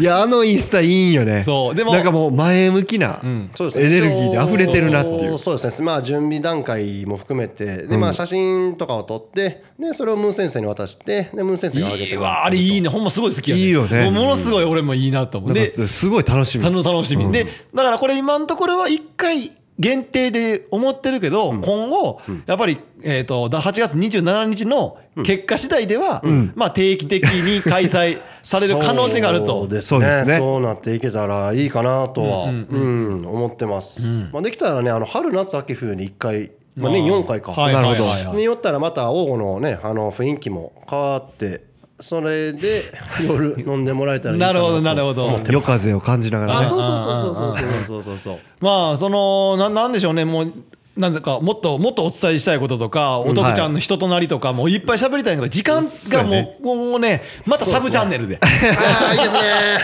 [SPEAKER 2] いやあのインスタいいんよね
[SPEAKER 1] そうでも
[SPEAKER 2] なんかもう前向きな、
[SPEAKER 1] ん
[SPEAKER 3] そうです
[SPEAKER 2] エネ
[SPEAKER 3] ね
[SPEAKER 2] ルギーで溢れてるなっていう
[SPEAKER 3] そうそうですねまあ準備段階も含めてでまあ写真とかを撮ってでそれをムーン先生に渡してでムーン先生が上げ
[SPEAKER 1] い
[SPEAKER 3] て
[SPEAKER 1] いわあれいいねほんますごい好きやね
[SPEAKER 2] いいよね
[SPEAKER 1] もうものすごい俺もいいなと思う
[SPEAKER 2] なん
[SPEAKER 1] で
[SPEAKER 2] かすごい楽しみ
[SPEAKER 1] たの楽しみ、でだからこれ今のところは1回限定で思ってるけど、今後やっぱり、えー、とだ8月27日の結果次第では、まあ、定期的に開催される可能性がある
[SPEAKER 3] そう
[SPEAKER 1] と。
[SPEAKER 3] で
[SPEAKER 2] そ
[SPEAKER 3] すね
[SPEAKER 2] うですね
[SPEAKER 3] そうなっていけたらいいかなとはうん思ってますまあできたらねあの春夏秋冬に1回まあ年4回か
[SPEAKER 1] はい
[SPEAKER 2] なるほど
[SPEAKER 1] はいはいは
[SPEAKER 3] に
[SPEAKER 1] い
[SPEAKER 3] よったらまた王吾のねあの雰囲気も変わってそれで夜飲んでもらえたらいいか
[SPEAKER 1] な
[SPEAKER 3] な
[SPEAKER 1] るほ
[SPEAKER 3] と
[SPEAKER 1] どなるほど。
[SPEAKER 2] 夜風を感じながら
[SPEAKER 3] あ
[SPEAKER 2] ね
[SPEAKER 3] そうそうそうそうそうそうそうそうそう
[SPEAKER 1] まあそのななんでしょうねもうなんだかもっともっとお伝えしたいこととかおとくちゃんの人となりとかもういっぱい喋りたいんだけど時間
[SPEAKER 2] そう
[SPEAKER 1] が
[SPEAKER 2] や
[SPEAKER 1] も
[SPEAKER 2] ね
[SPEAKER 1] うもうねまたサブチャンネルで
[SPEAKER 3] ああいいです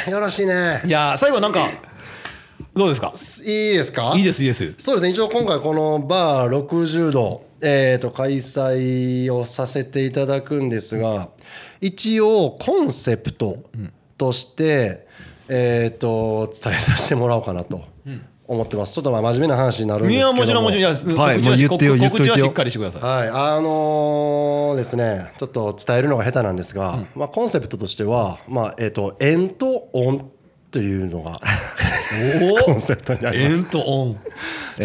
[SPEAKER 3] ねよろしいね
[SPEAKER 1] いやー最後なんかどうですか
[SPEAKER 3] いいですか
[SPEAKER 1] いいですいいです
[SPEAKER 3] そうですね一応今回このバー60度、えー、と開催をさせていただくんですが一応コンセプトとして、えー、と伝えさせてもらおうかなと思ってますちょっとまあ真面目な話になるんです
[SPEAKER 1] い
[SPEAKER 3] けど
[SPEAKER 1] やもちろんもちろんいや
[SPEAKER 2] はい
[SPEAKER 1] 告知はし
[SPEAKER 2] もう言ってよ言っと
[SPEAKER 1] 告
[SPEAKER 2] いて
[SPEAKER 1] 知
[SPEAKER 2] よ
[SPEAKER 1] はしっかりしてください
[SPEAKER 3] はい、あのーですね、ちょっと伝えるのが下手なんですが、まあコンセプトとしては、まあえっ、と円と音というの が コンセプトにありま
[SPEAKER 1] 円
[SPEAKER 3] す。
[SPEAKER 1] とオン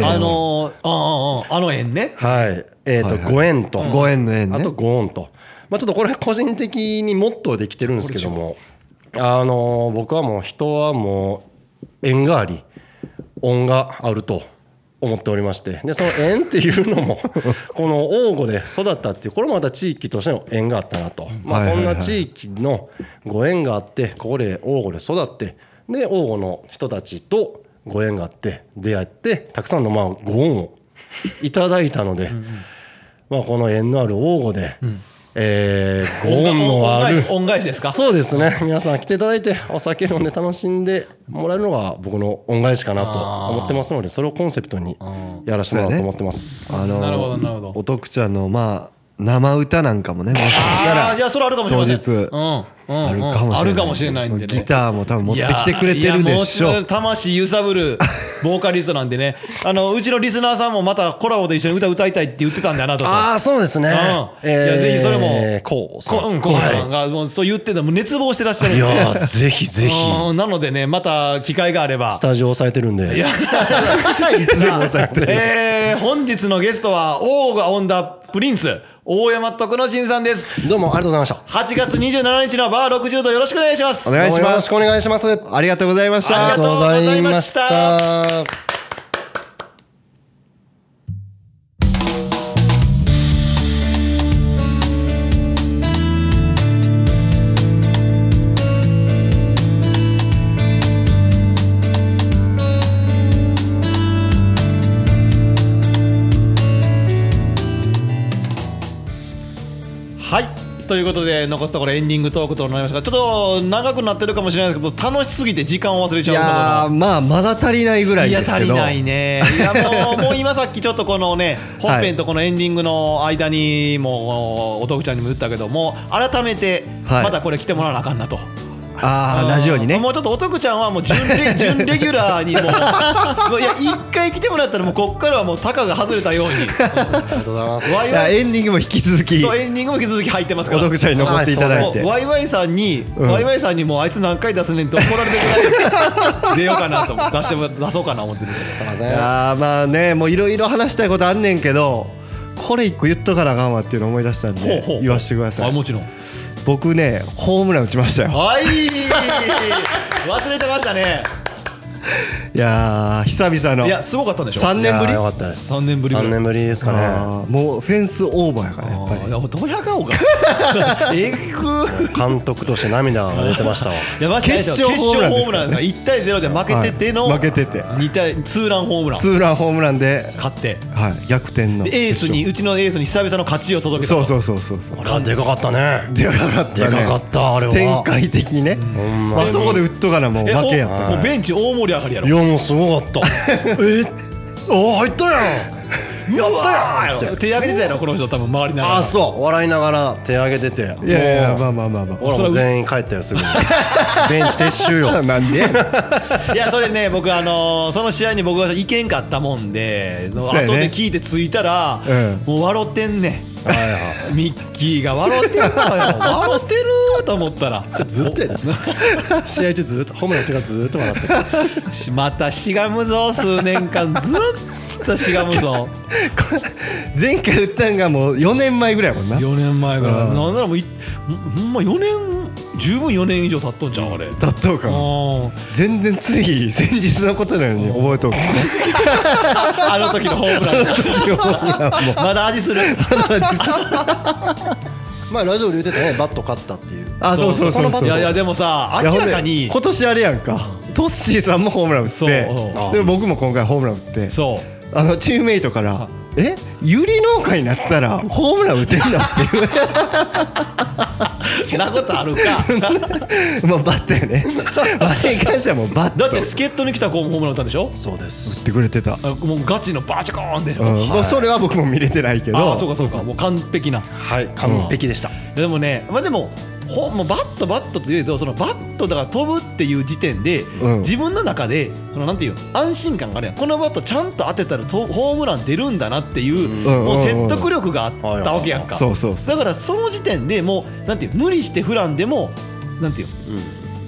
[SPEAKER 1] あのーああああの円ね
[SPEAKER 3] はい、えっ、
[SPEAKER 2] は
[SPEAKER 3] と、
[SPEAKER 2] いはい
[SPEAKER 3] ご縁と、
[SPEAKER 2] ご縁の縁ね
[SPEAKER 3] あとご音と、まあちょっとこれ個人的にモットーできてるんですけども、あのー僕はもう人はもう縁があり、音があると。思っておりましてでその縁っていうの もこの王語で育ったっていうこれもまた地域としての縁があったなと、まあ、
[SPEAKER 2] はい
[SPEAKER 3] そ
[SPEAKER 2] はいは
[SPEAKER 3] ん
[SPEAKER 2] い
[SPEAKER 3] な地域のご縁があってここで王吾で育ってで王吾の人たちとご縁があって出会ってたくさんのまあご恩をいただいたのでまあこの縁のある王吾で、えーご恩のある
[SPEAKER 1] 恩恩返しですか
[SPEAKER 3] そうですね皆さん来ていただいてお酒飲んで楽しんでもらえるのが僕の恩返しかなと思ってますのでそれをコンセプトにやらせてもらおうと思ってま
[SPEAKER 2] あ
[SPEAKER 3] す。
[SPEAKER 2] の
[SPEAKER 1] なるほどなるほど
[SPEAKER 2] おとくちゃんのまあ生歌なんかもねもしかした
[SPEAKER 1] ああ
[SPEAKER 2] ら
[SPEAKER 1] じゃあそれあるかもしれません
[SPEAKER 2] 当日
[SPEAKER 1] うんうん
[SPEAKER 2] あるかもしれ
[SPEAKER 1] う
[SPEAKER 2] なんい
[SPEAKER 1] あるかもしれないんでね
[SPEAKER 2] ギターも多分持ってきてくれてるでし
[SPEAKER 1] いやいやも
[SPEAKER 2] ょ
[SPEAKER 1] う魂揺さぶるボーカリストなんでねあのうちのリスナーさんもまたコラボで一緒に歌歌いたいって言ってたんであなたと
[SPEAKER 3] ああそうですね。
[SPEAKER 1] うんいやぜひそれも
[SPEAKER 3] こうさん
[SPEAKER 1] こうんこう
[SPEAKER 3] はい
[SPEAKER 1] さんがもうそう言ってたもう熱望してらっしゃるん
[SPEAKER 3] い
[SPEAKER 1] で
[SPEAKER 3] やーぜひぜひ
[SPEAKER 1] うんなのでねまた機会があれば
[SPEAKER 3] スタジオ押さえてるんで。いつでも押さえてる
[SPEAKER 1] えー本日のゲストは王がオンダプリンス大山徳之進さんです
[SPEAKER 3] どうもありがとうございました。
[SPEAKER 1] 8月27日のバー60度よろしくお願いします
[SPEAKER 2] お願い
[SPEAKER 3] ど
[SPEAKER 2] し
[SPEAKER 3] うもよ
[SPEAKER 2] ま
[SPEAKER 3] ろし
[SPEAKER 2] す
[SPEAKER 3] くお願いします。あ
[SPEAKER 2] ありがとうございまし
[SPEAKER 1] あ
[SPEAKER 2] た
[SPEAKER 1] りがとうございました
[SPEAKER 3] りがとうございました。
[SPEAKER 1] はいということで残すところエンディングトークとなりましたがちょっと長くなってるかもしれないですけど楽しすぎて時間を忘れち
[SPEAKER 2] い
[SPEAKER 1] ゃ
[SPEAKER 2] や
[SPEAKER 1] う
[SPEAKER 2] ーまあまだ足りないぐらいですけど
[SPEAKER 1] いや足りないねいやもうもう今さっきちょっとこのね本編とこのエンディングの間にもうお豆腐ちゃんにも言ったけども改めて
[SPEAKER 2] はい
[SPEAKER 1] またこれ来てもらわなあかんなと。
[SPEAKER 2] あ
[SPEAKER 1] のー
[SPEAKER 2] あラジオにね
[SPEAKER 1] もうちょっとおとくちゃんはもう準レ 準レギュラーにもうもういや一回来てもらったらもうこっからはもうタカが外れたように
[SPEAKER 3] ありがとうございます。
[SPEAKER 1] ワイ
[SPEAKER 2] いや
[SPEAKER 1] ワイ
[SPEAKER 2] エンディングも引き続き
[SPEAKER 1] そうエンディングも引き続き入ってますか
[SPEAKER 2] お
[SPEAKER 1] ら
[SPEAKER 2] 読者に残っていただいて
[SPEAKER 1] もうワイワイさんに、
[SPEAKER 2] ん
[SPEAKER 1] ワイワイさんにもうあいつ何回出すねんって怒られてくらい出ようかなと思って出しても出そうかな思ってる
[SPEAKER 3] すいま
[SPEAKER 2] い
[SPEAKER 3] せん。
[SPEAKER 2] やーまあねもういろいろ話したいことあんねんけどこれ一個言っとかなあかんわっていうの思い出したん
[SPEAKER 1] ほう
[SPEAKER 2] で
[SPEAKER 1] ほう
[SPEAKER 2] 言わせてくださ
[SPEAKER 1] あ
[SPEAKER 2] い
[SPEAKER 1] もちろん
[SPEAKER 2] 僕ねホームラン打ちましたよ
[SPEAKER 1] はい忘れてましたね
[SPEAKER 2] いやー久々の
[SPEAKER 1] いやすごかったんでしょ
[SPEAKER 2] 三年ぶり
[SPEAKER 3] いやーよかったです。
[SPEAKER 1] 3年ぶりぐらい
[SPEAKER 3] 三年ぶりですかね。
[SPEAKER 2] あーもうフェンスオーバーやからやっぱり
[SPEAKER 1] あーいやもうドヤ顔 がえぐ
[SPEAKER 3] 監督として涙が出て ましたわ。
[SPEAKER 1] やばい
[SPEAKER 2] 決勝ホームランですからね
[SPEAKER 1] 1対0で負けてての、
[SPEAKER 2] はい負けてて
[SPEAKER 1] 2対ツーランホームラン
[SPEAKER 2] ツーランホームランで、
[SPEAKER 1] 勝って
[SPEAKER 2] はい、逆転の
[SPEAKER 1] でエースにうちのエースに久々の勝ちを届けた
[SPEAKER 2] そうそうそうそうそう
[SPEAKER 3] あでかかったね。
[SPEAKER 2] でかかったね
[SPEAKER 3] でかかったあれは。
[SPEAKER 2] 展開的にね、
[SPEAKER 3] んま
[SPEAKER 2] あそこで打っとかなもう
[SPEAKER 1] え
[SPEAKER 2] 負けやっ
[SPEAKER 1] お
[SPEAKER 2] た
[SPEAKER 1] もうベンチ大盛り上がりやろ
[SPEAKER 3] いやもうすご かった。え、あ入ったやん。やったやん。
[SPEAKER 1] 手挙げてたやろこの人多分周りながら
[SPEAKER 3] あそう笑いながら手挙げてて。
[SPEAKER 2] いやいや
[SPEAKER 3] もう
[SPEAKER 2] まあまあまあま
[SPEAKER 3] 俺も全員帰ったよすぐ にベンチ撤収よ
[SPEAKER 2] あなんで
[SPEAKER 1] いやそれね僕あのーその試合に僕が行けんかったもんで、
[SPEAKER 2] うやね
[SPEAKER 1] 後で聞いて着いたら、
[SPEAKER 2] うん
[SPEAKER 1] もう笑ってんねん ミッキーが笑ってんのよ笑ってると思ったら
[SPEAKER 3] ずっとやで 試合中ずっとホームラン打ってからずっと笑ってる
[SPEAKER 1] しまたしがむぞ数年間ずっとしがむ ぞ
[SPEAKER 2] 前回打ったんがもう4年前ぐらいやもんな
[SPEAKER 1] 4年前から
[SPEAKER 2] うん
[SPEAKER 1] なんならもういほんま4年十分4年以上経っとんじゃんあれ
[SPEAKER 2] だったうか
[SPEAKER 1] うん
[SPEAKER 2] 全然つい先日のことなのに覚え とく
[SPEAKER 1] あの時のホームラ ンまだ味する
[SPEAKER 3] まあラジオで言ってたねバット勝ったっていう
[SPEAKER 2] あそうそうそうそう
[SPEAKER 1] いやいやでもさ
[SPEAKER 2] い
[SPEAKER 1] 明
[SPEAKER 2] やほんで
[SPEAKER 1] らかに
[SPEAKER 2] 今年あれやんかトッシーさんもホームラン打って
[SPEAKER 1] そううん
[SPEAKER 2] で僕も今回ホームラン打って
[SPEAKER 1] そう
[SPEAKER 2] あのチームメイトから「えゆり農家になったらホームラン打てるの?」っていう
[SPEAKER 1] そんなことあ るか
[SPEAKER 2] まあバットやねあれに関してはもうバッ
[SPEAKER 1] だ
[SPEAKER 2] ト
[SPEAKER 1] って助っ人に来た子もホームラン打ったんでしょ
[SPEAKER 3] そうです
[SPEAKER 2] 打ってくれてた、
[SPEAKER 1] あもうガチのバチコーンでしょ、
[SPEAKER 2] うん
[SPEAKER 1] あ
[SPEAKER 2] まあそれは僕も見れてないけど
[SPEAKER 1] あそうかそうかもう完璧な
[SPEAKER 3] はい完璧でした
[SPEAKER 1] でもねまあでもほもうバットバットというとそのバットだから飛ぶっていう時点で、
[SPEAKER 2] うん
[SPEAKER 1] 自分の中でそのなんていうの安心感があるやんこのバットちゃんと当てたらとホームラン出るんだなっていう,、
[SPEAKER 2] うん
[SPEAKER 1] もう説得力があった
[SPEAKER 3] うん
[SPEAKER 1] わけやんか、
[SPEAKER 2] そうそうそう
[SPEAKER 1] だからその時点でもうなんていう無理してフランでもなんていう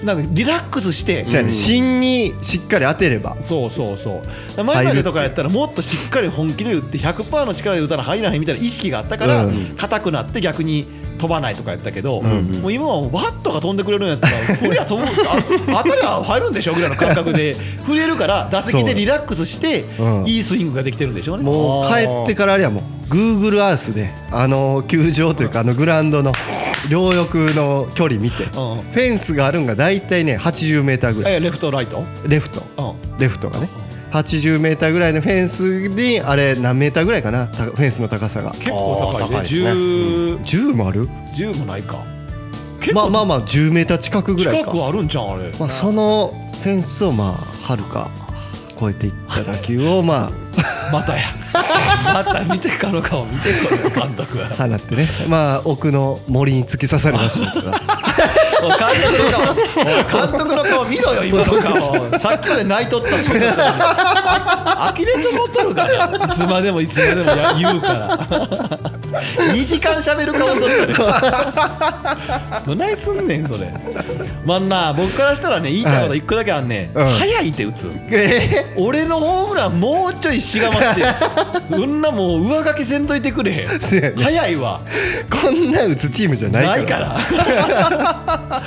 [SPEAKER 1] のなんかリラックスして、
[SPEAKER 2] そうやね芯にしっかり当てれば
[SPEAKER 1] そうそうそう前までとかやったらもっとしっかり本気で打って100%の力で打たら入らへんみたいな意識があったから
[SPEAKER 2] うん
[SPEAKER 1] 硬くなって逆に飛ばないとかやったけど、
[SPEAKER 2] ん
[SPEAKER 1] もう今はもうバットが飛んでくれるんやったらこりゃ飛ぶあ当たりゃ入るんでしょぐらいの感覚で振れるから打席でリラックスして
[SPEAKER 2] うん
[SPEAKER 1] いいスイングができてるんでしょうね。
[SPEAKER 2] もう
[SPEAKER 1] あー
[SPEAKER 2] 帰ってからあれはもう Google アースであの球場というかあのグラウンドの両翼の距離見てフ
[SPEAKER 1] ん
[SPEAKER 2] ェンスがあるんが大体ね80メーターぐらい
[SPEAKER 1] えレフトライト、
[SPEAKER 2] レフト
[SPEAKER 1] うん
[SPEAKER 2] レフトがね80メーターぐらいのフェンスにあれ何メーターぐらいかなたフェンスの高さが
[SPEAKER 1] 結構高いね
[SPEAKER 3] あー高いですね
[SPEAKER 1] 10
[SPEAKER 2] 10もある
[SPEAKER 1] 10もないか結
[SPEAKER 2] まあ
[SPEAKER 1] 構
[SPEAKER 2] まあまあ10メーター近くぐらい
[SPEAKER 1] 近
[SPEAKER 2] か
[SPEAKER 1] くあるんじゃんあれ。
[SPEAKER 2] まあそのフェンスをまあはるか超えていった打球をま
[SPEAKER 1] またやまた見てかの顔見てこれ監督は
[SPEAKER 2] あ放ってねまあ奥の森に突き刺されましたけど
[SPEAKER 1] おい監督の顔おい監督の顔見ろよ今の顔さっきまで泣いとったし呆れてもっとるからいつまでもいつまでもや言うから2時間しゃべる顔しとったでどないすんねんそれまあな僕からしたらね言いたいこと1個だけあんねん、
[SPEAKER 2] はいうん
[SPEAKER 1] 早いって打つ
[SPEAKER 2] え
[SPEAKER 1] 俺のホームランもうちょいしがまして そんなもう上書きせんといてくれへん
[SPEAKER 2] そうやね
[SPEAKER 1] 早いわ
[SPEAKER 2] ーこんな打つチームじゃないから
[SPEAKER 1] ないから。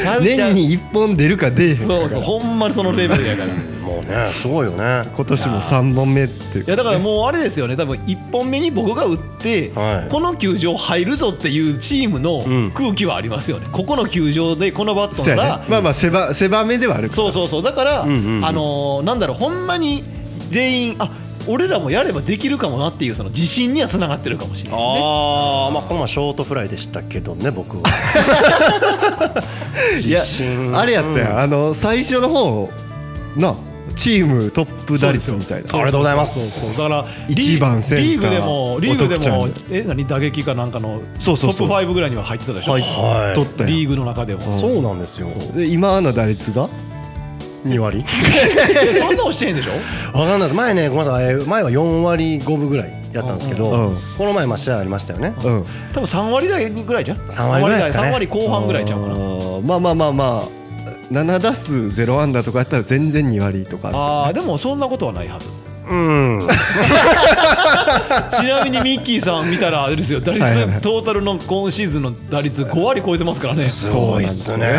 [SPEAKER 1] ちゃうちゃう
[SPEAKER 2] 年に1本出るか出えへんから
[SPEAKER 1] そうそう、ほんまにそのレベルやから。い
[SPEAKER 3] もうねすごいよね
[SPEAKER 2] 今年も3本目っていう
[SPEAKER 1] やだからもうあれですよね、多分一本目に僕が打って、
[SPEAKER 3] はい
[SPEAKER 1] この球場入るぞっていうチームの
[SPEAKER 3] うん
[SPEAKER 1] 空気はありますよね。ここの球場でこのバット
[SPEAKER 2] そう
[SPEAKER 1] な
[SPEAKER 2] やね
[SPEAKER 1] ら、
[SPEAKER 2] まあまあ狭狭めではあるから
[SPEAKER 1] そうそうそう、だから、
[SPEAKER 3] うんうんうん
[SPEAKER 1] あのーなんだろう、ほんまに全員、あ俺らもやればできるかもなっていうその自信にはつながってるかもしれないね。
[SPEAKER 3] ああまあこのままショートフライでしたけどね僕は
[SPEAKER 2] いや
[SPEAKER 3] 自信
[SPEAKER 2] あれやったやん、
[SPEAKER 3] うん
[SPEAKER 2] あの最初の方なチームトップ打率みたいな
[SPEAKER 3] ありがとうございます
[SPEAKER 1] そうだからリ
[SPEAKER 2] 一番センター
[SPEAKER 1] リーグでもリーグで
[SPEAKER 2] お
[SPEAKER 1] も
[SPEAKER 2] 得
[SPEAKER 1] え何打撃かなんかの
[SPEAKER 2] そうそうそう
[SPEAKER 1] トップ5ぐらいには入ってたでしょ。
[SPEAKER 3] はい
[SPEAKER 2] 取ったやん
[SPEAKER 1] リーグの中でも。
[SPEAKER 3] そうなんですよ
[SPEAKER 2] で今の打率が
[SPEAKER 3] 2割
[SPEAKER 1] えそんな押してへ んでしょ。
[SPEAKER 3] わかんないです前ねごめんなさいえー前は4割5分ぐらいやったんですけど、
[SPEAKER 2] うん
[SPEAKER 3] この前まあ試合ありましたよね、
[SPEAKER 2] うん
[SPEAKER 1] 多分三割台ぐらいじゃん。
[SPEAKER 3] 三割ぐらいですかね
[SPEAKER 1] 三割後半ぐらいちゃうか
[SPEAKER 2] あ
[SPEAKER 1] な。
[SPEAKER 2] ーまあまあまあまあ7打数0安打とかやったら全然2割とか
[SPEAKER 1] ああでもそんなことはないはず。
[SPEAKER 3] うん
[SPEAKER 1] ちなみにミッキーさん見たらあれですよ。打率
[SPEAKER 2] はいはいはい
[SPEAKER 1] トータルの今シーズンの打率5割超えてますからね。
[SPEAKER 3] すごいっすね
[SPEAKER 2] そ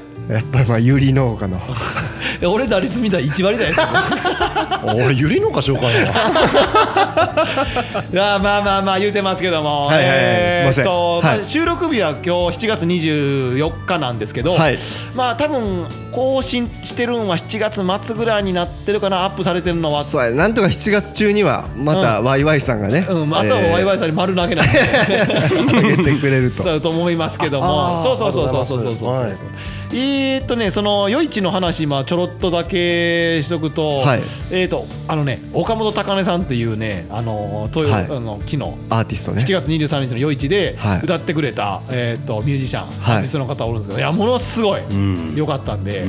[SPEAKER 2] うやっぱりまあ有利 農家の
[SPEAKER 1] え俺打率見たら1割だ よ。
[SPEAKER 3] 俺ゆりのかしようかな
[SPEAKER 1] いやまあまあまあ言うてますけども、
[SPEAKER 2] はいはいはい
[SPEAKER 1] えーっ
[SPEAKER 2] すいません
[SPEAKER 1] と
[SPEAKER 2] はい
[SPEAKER 1] まあ収録日は今日7月24日なんですけど、
[SPEAKER 2] はい
[SPEAKER 1] まあ多分更新してるんは7月末ぐらいになってるかなアップされてるのは、
[SPEAKER 2] そうやなんとか7月中にはまたワイワイさんがね、
[SPEAKER 1] うん、あとはワイワイさんに丸投げなんで、
[SPEAKER 2] 上げてくれると
[SPEAKER 1] そうと思いますけども
[SPEAKER 3] あ
[SPEAKER 1] そうそうそうそう
[SPEAKER 3] ありがと
[SPEAKER 1] そうう
[SPEAKER 3] ござ
[SPEAKER 1] そ
[SPEAKER 3] いうます
[SPEAKER 1] そう、
[SPEAKER 3] はい
[SPEAKER 1] えーっとねその余市の話、まあ、ちょろっとだけしとくと,、
[SPEAKER 2] はい
[SPEAKER 1] えーっとあのね岡本高音さんというねあの豊、
[SPEAKER 2] はい
[SPEAKER 1] あの昨日
[SPEAKER 2] アーティストね
[SPEAKER 1] 7月23日の夜市で
[SPEAKER 2] はい
[SPEAKER 1] 歌ってくれた、えー、とミュージシャン、
[SPEAKER 2] はい
[SPEAKER 1] アーティストの方おるんですけどいやものすごい
[SPEAKER 3] ん
[SPEAKER 1] 良かったんで、
[SPEAKER 2] はい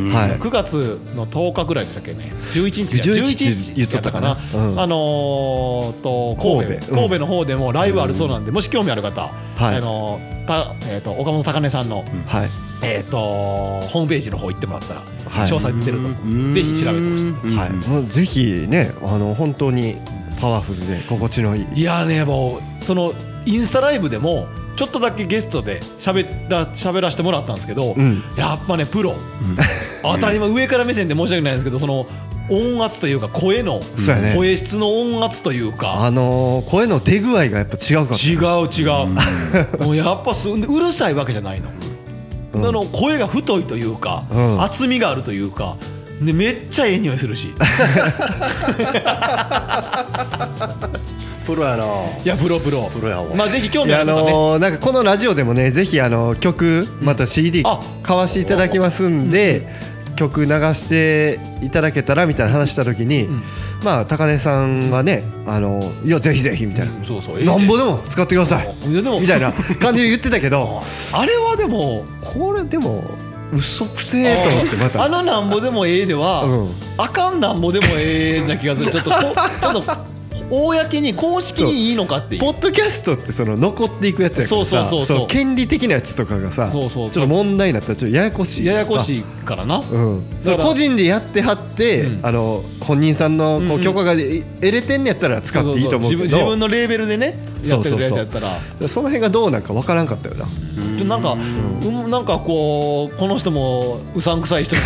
[SPEAKER 1] 9月の10日ぐらいでしたっけね11日
[SPEAKER 2] 11日言っとったかな
[SPEAKER 1] やた
[SPEAKER 2] うん
[SPEAKER 1] あのー、と神戸
[SPEAKER 2] 神
[SPEAKER 1] 神
[SPEAKER 2] 戸
[SPEAKER 1] 戸,、
[SPEAKER 2] うん
[SPEAKER 1] の方でもライブあるそうなんで、もし興味ある方、
[SPEAKER 2] はい
[SPEAKER 1] あのーたえー、と岡本高音さんの、
[SPEAKER 2] はい
[SPEAKER 1] えー、とホームページの方行ってもらったら、
[SPEAKER 2] はい
[SPEAKER 1] 詳細出てると思うぜひ調べてほしい。
[SPEAKER 2] はい、もうぜひねあの本当にパワフルで心地のいい
[SPEAKER 1] いやねもうそのインスタライブでもちょっとだけゲストで喋ら喋らせてもらったんですけど、
[SPEAKER 2] うん
[SPEAKER 1] やっぱねプロ、 当たり前上から目線で申し訳ないんですけどその音圧というか声の、
[SPEAKER 2] そうやね
[SPEAKER 1] 声質の音圧という
[SPEAKER 2] あ
[SPEAKER 1] か
[SPEAKER 2] のー声の出具合がやっぱ違うか
[SPEAKER 1] 違う違う もうやっぱすうるさいわけじゃないの。
[SPEAKER 2] うん
[SPEAKER 1] あの声が太いというか、
[SPEAKER 2] うん
[SPEAKER 1] 厚みがあるというかでめっちゃええ匂いす るし
[SPEAKER 3] プロやない
[SPEAKER 1] やプロプロ
[SPEAKER 3] プロやわ
[SPEAKER 1] まあぜひ興
[SPEAKER 2] い
[SPEAKER 1] 味
[SPEAKER 2] や
[SPEAKER 1] あ
[SPEAKER 2] あ
[SPEAKER 1] る方ね
[SPEAKER 2] のーなんかこのラジオでもねぜひあの曲また CD
[SPEAKER 1] あ
[SPEAKER 2] 買わしていただきますんで、曲流していただけたらみたいな話した時に、
[SPEAKER 1] ん
[SPEAKER 2] まあ高根さんがねあのいやぜひぜひみたいな、
[SPEAKER 1] そうそう
[SPEAKER 2] なんぼでも使ってください
[SPEAKER 1] いやでも
[SPEAKER 2] みたいな感じで言ってたけど
[SPEAKER 1] あれはでも
[SPEAKER 2] これでも嘘くせえと思ってま
[SPEAKER 1] あ
[SPEAKER 2] た
[SPEAKER 1] のなんぼでもええでは、
[SPEAKER 2] うん
[SPEAKER 1] あかんなんぼでもええな気がするちょっとこちょっと公に公式にいいのかっていう
[SPEAKER 2] ポッドキャストってその残っていくやつやから
[SPEAKER 1] そうそう
[SPEAKER 2] さ
[SPEAKER 1] そうそう
[SPEAKER 2] の権利的なやつとかがさ
[SPEAKER 1] そうそう
[SPEAKER 2] ちょっと問題になったらちょっとややこしい
[SPEAKER 1] ややこ
[SPEAKER 2] い
[SPEAKER 1] しいからな、
[SPEAKER 2] うん、
[SPEAKER 1] だ
[SPEAKER 2] それ
[SPEAKER 1] から
[SPEAKER 2] 個人でやってはって、
[SPEAKER 1] うん
[SPEAKER 2] あの本人さんの
[SPEAKER 1] うん
[SPEAKER 2] こ
[SPEAKER 1] うん
[SPEAKER 2] う許可が得れてんねやったら使っていいと思うけ
[SPEAKER 1] そそ自
[SPEAKER 2] ど
[SPEAKER 1] 分自分のレーベルでねやってくるやつ
[SPEAKER 2] そ
[SPEAKER 1] やっ
[SPEAKER 2] うそう
[SPEAKER 1] たら
[SPEAKER 2] その辺がどうなんかわからんかったよな
[SPEAKER 1] ちょなんか、うん、なんかこうこの人もうさんくさい人だ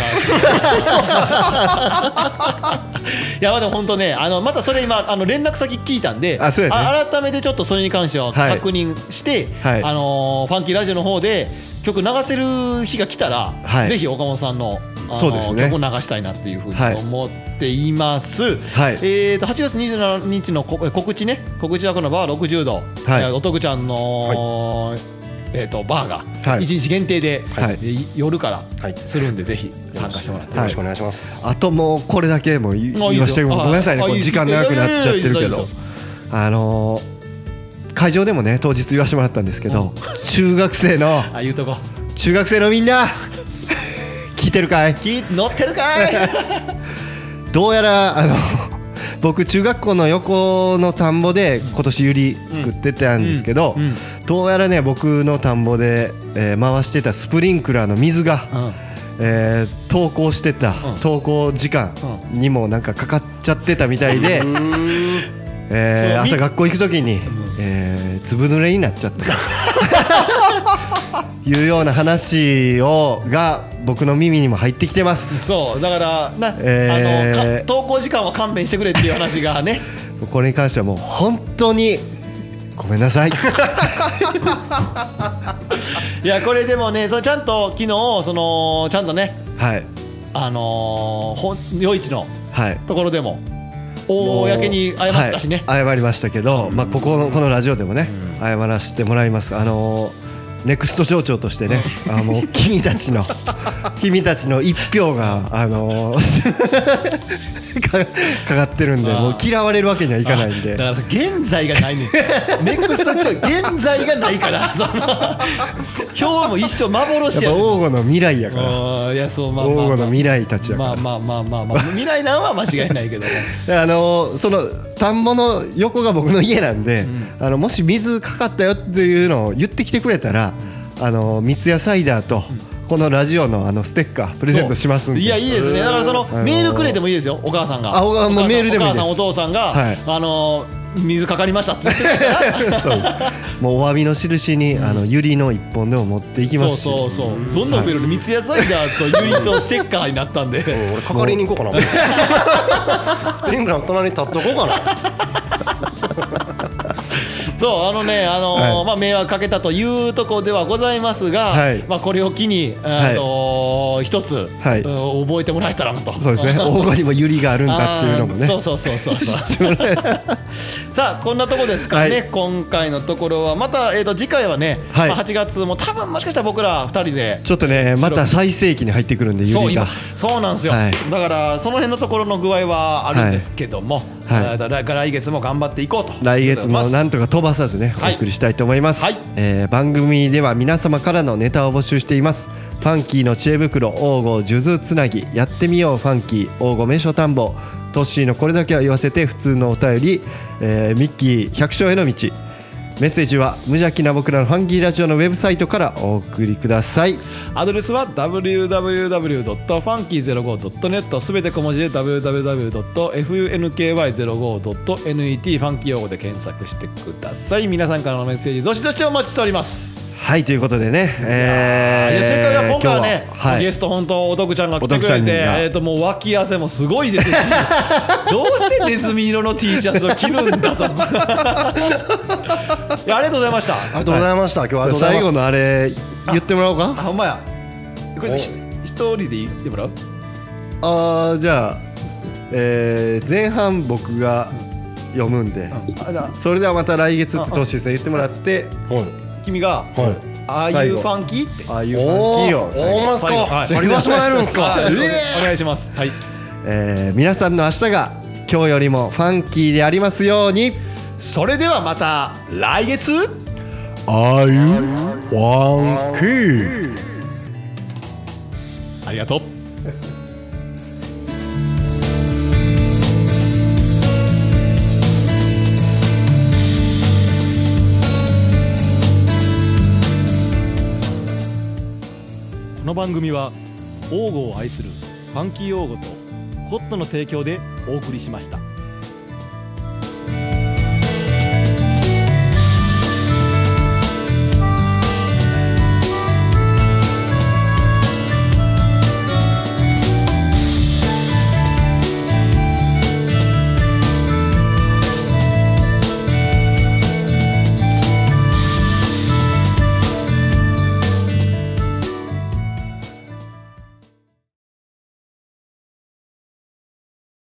[SPEAKER 1] ないやまあでも本当ねあのまたそれ今あの連絡先聞いたんで
[SPEAKER 2] あそうやね
[SPEAKER 1] あ改めてちょっとそれに関しては
[SPEAKER 2] はい
[SPEAKER 1] 確認して、
[SPEAKER 2] はい
[SPEAKER 1] あのーファンキーラジオの方で曲流せる日が来たら、
[SPEAKER 2] はい
[SPEAKER 1] ぜひ岡本さんのあのー
[SPEAKER 2] そうですね
[SPEAKER 1] 曲を流したいなっていうふう
[SPEAKER 2] はい
[SPEAKER 1] に思っています。
[SPEAKER 2] はい
[SPEAKER 1] えー、と8月27日のこえ告知ね告知はこのバー60度、
[SPEAKER 2] はい
[SPEAKER 1] えーおとぐちゃんの、えー、とバーが
[SPEAKER 2] はい
[SPEAKER 1] 1日限定で、
[SPEAKER 2] はい
[SPEAKER 1] えー夜から
[SPEAKER 3] はい
[SPEAKER 1] するんでぜひ参加してもらって、
[SPEAKER 3] よろしくお願いします、
[SPEAKER 2] あともうこれだけもう言い
[SPEAKER 1] あいい
[SPEAKER 2] 言わ
[SPEAKER 1] です
[SPEAKER 2] して
[SPEAKER 1] よ
[SPEAKER 2] ごめんなさいね
[SPEAKER 1] あ
[SPEAKER 2] こ
[SPEAKER 1] いういです
[SPEAKER 2] 時間長くなっちゃってる
[SPEAKER 1] いや
[SPEAKER 2] け
[SPEAKER 1] いやいやいやいやいやいやいや
[SPEAKER 2] どあのー会場でもね当日言わしてもらったんですけど中学生の
[SPEAKER 1] あ言うとこ
[SPEAKER 2] 中学生のみんな聞いてるかい
[SPEAKER 1] き乗ってるかい
[SPEAKER 2] どうやらあの僕中学校の横の田んぼで今年ユリ作ってたんですけど、
[SPEAKER 1] うんうん
[SPEAKER 2] どうやらね僕の田んぼで、えー回してたスプリンクラーの水が、
[SPEAKER 1] うん
[SPEAKER 2] えー投稿してた、
[SPEAKER 1] うん
[SPEAKER 2] 投稿時間にもなんかかかっちゃってたみたいで、えー
[SPEAKER 1] そうみ
[SPEAKER 2] 朝学校行く時に、えー、粒濡れになっちゃったと いうような話をが僕の耳にも入ってきてます。
[SPEAKER 1] そうだからな、
[SPEAKER 2] えー
[SPEAKER 1] あのか投稿時間は勘弁してくれっていう話がね
[SPEAKER 2] これに関してはもう本当にごめんな さい
[SPEAKER 1] いやこれでもねそうちゃんと昨日そのちゃんとね
[SPEAKER 2] はい
[SPEAKER 1] あのー、ほん夜市の
[SPEAKER 2] はい
[SPEAKER 1] ところでも公に謝ったしね、
[SPEAKER 2] はい謝りましたけど、まあ、ここのこのラジオでもね、謝らせてもらいますあのーネクスト町長としてね、あもう君 たちの君たちの一票があのーかかかってるんで
[SPEAKER 1] あー
[SPEAKER 2] もう嫌われるわけにはいかないん
[SPEAKER 1] だ
[SPEAKER 2] で
[SPEAKER 1] から現在がないね ネクストチョ現在がないからその今日も一生幻や
[SPEAKER 2] やっぱ
[SPEAKER 1] ね
[SPEAKER 2] 王吾の未来やから
[SPEAKER 1] うんいやそうまあまあ
[SPEAKER 2] 王吾の未
[SPEAKER 1] 来
[SPEAKER 2] 来たちやから
[SPEAKER 1] まあまあまあまあまあ未来なんは間違いないけどね
[SPEAKER 2] であのその田んぼの横が僕の家なんで、あのもし水かかったよっていうのを言ってきてくれたら、あの三ツ矢サイダーと、このラジオのあのステッカー プレゼントしますんで
[SPEAKER 1] いやいいですねだからその
[SPEAKER 2] のー
[SPEAKER 1] メールくれてもいいですよお母さんが
[SPEAKER 2] あお母さんも
[SPEAKER 1] お母さん
[SPEAKER 2] メールでもいいです
[SPEAKER 1] お母さんお父さんが、
[SPEAKER 2] はい
[SPEAKER 1] あのー水かかりましたって言ってたから
[SPEAKER 2] そうもうお詫びの印に、あのユリの一本でも持っていき
[SPEAKER 1] そ
[SPEAKER 2] ま
[SPEAKER 1] う
[SPEAKER 2] すし
[SPEAKER 1] そうそうどんどん増えるの三ツ矢サイダーとユニットステッカーになったんで
[SPEAKER 3] うん俺係に行こうか なもうスプリングラーの隣に立っとこうかな
[SPEAKER 1] そうあのね、あのー
[SPEAKER 2] はい
[SPEAKER 1] まあ、迷惑かけたというところではございますが、
[SPEAKER 2] はい
[SPEAKER 1] まあ、これを機に、あのー一つ、
[SPEAKER 2] はい
[SPEAKER 1] うん覚えてもらえたらなと。
[SPEAKER 2] そうです ね大御にもユリがあるんだっていうのも
[SPEAKER 1] あー
[SPEAKER 2] ね
[SPEAKER 1] そうそうそうそうそう。さあこんなとこですかね、
[SPEAKER 2] はい
[SPEAKER 1] 今回のところはまたえっ、と次回はね、
[SPEAKER 2] はい
[SPEAKER 1] まあ、8月も多分もしかしたら僕ら二人で
[SPEAKER 2] ちょっとねまた最盛期に入ってくるんでユ
[SPEAKER 1] そう
[SPEAKER 2] リが
[SPEAKER 1] 今そうなんですよ、
[SPEAKER 2] はい
[SPEAKER 1] だからその辺のところの具合はあるんですけども、
[SPEAKER 2] はいはい
[SPEAKER 1] だから来月も頑張っていこうと
[SPEAKER 2] 来月も
[SPEAKER 1] な
[SPEAKER 2] なんんとか飛ばさずね、
[SPEAKER 1] はい
[SPEAKER 2] お送りしたいと思います、
[SPEAKER 1] はい
[SPEAKER 2] えー番組では皆様からのネタを募集していますファンキーの知恵袋王吾数珠つなぎやってみようファンキー王吾名所探訪トッシーのこれだけは言わせて普通のお便り、えーミッキー百姓への道メッセージは無邪気な僕らのファンキーラジオのウェブサイトからお送りください
[SPEAKER 1] アドレスは www.funky05.net すべて小文字で www.funky05.net ファンキー用語で検索してください皆さんからのメッセージどしどしお待ちしております、
[SPEAKER 2] はいということでね、
[SPEAKER 1] い
[SPEAKER 2] えー
[SPEAKER 1] や正解は今回はね
[SPEAKER 2] 今日ははい
[SPEAKER 1] ゲスト本当お徳ちゃんが来てく
[SPEAKER 2] お
[SPEAKER 1] れ
[SPEAKER 2] 得
[SPEAKER 1] て
[SPEAKER 2] ちゃんが
[SPEAKER 1] えー、ともう脇汗もすごい ですしどうしてネズミ色の T シャツを着るんだといやありがとうございました
[SPEAKER 3] ありがとうございました、今日はありがとうござ
[SPEAKER 2] 最
[SPEAKER 3] います
[SPEAKER 2] 後のあれ言ってもらおうか
[SPEAKER 1] あほんまやこれ
[SPEAKER 3] お
[SPEAKER 1] ひ一人で言ってもらう
[SPEAKER 2] あーじゃあ、えー前半僕が読むんで、それではまた来月ってトッシーさん言ってもらって
[SPEAKER 3] は
[SPEAKER 1] 君が
[SPEAKER 3] いはい
[SPEAKER 1] 「ああいうファンキー」って
[SPEAKER 2] ああいう
[SPEAKER 3] お
[SPEAKER 2] ファンキーを
[SPEAKER 3] お
[SPEAKER 2] 最後
[SPEAKER 3] ーマス
[SPEAKER 1] 最後は
[SPEAKER 3] か
[SPEAKER 1] い
[SPEAKER 3] 割り箸もらえるんですか
[SPEAKER 1] はい
[SPEAKER 3] ええ
[SPEAKER 1] お願いしますはい
[SPEAKER 2] えー皆さんの明日が今日よりもファンキーでありますように
[SPEAKER 1] それではまた来月
[SPEAKER 4] Are you one key?
[SPEAKER 1] ありがとうこの番組は王語を愛するファンキー王語とホットの提供でお送りしました。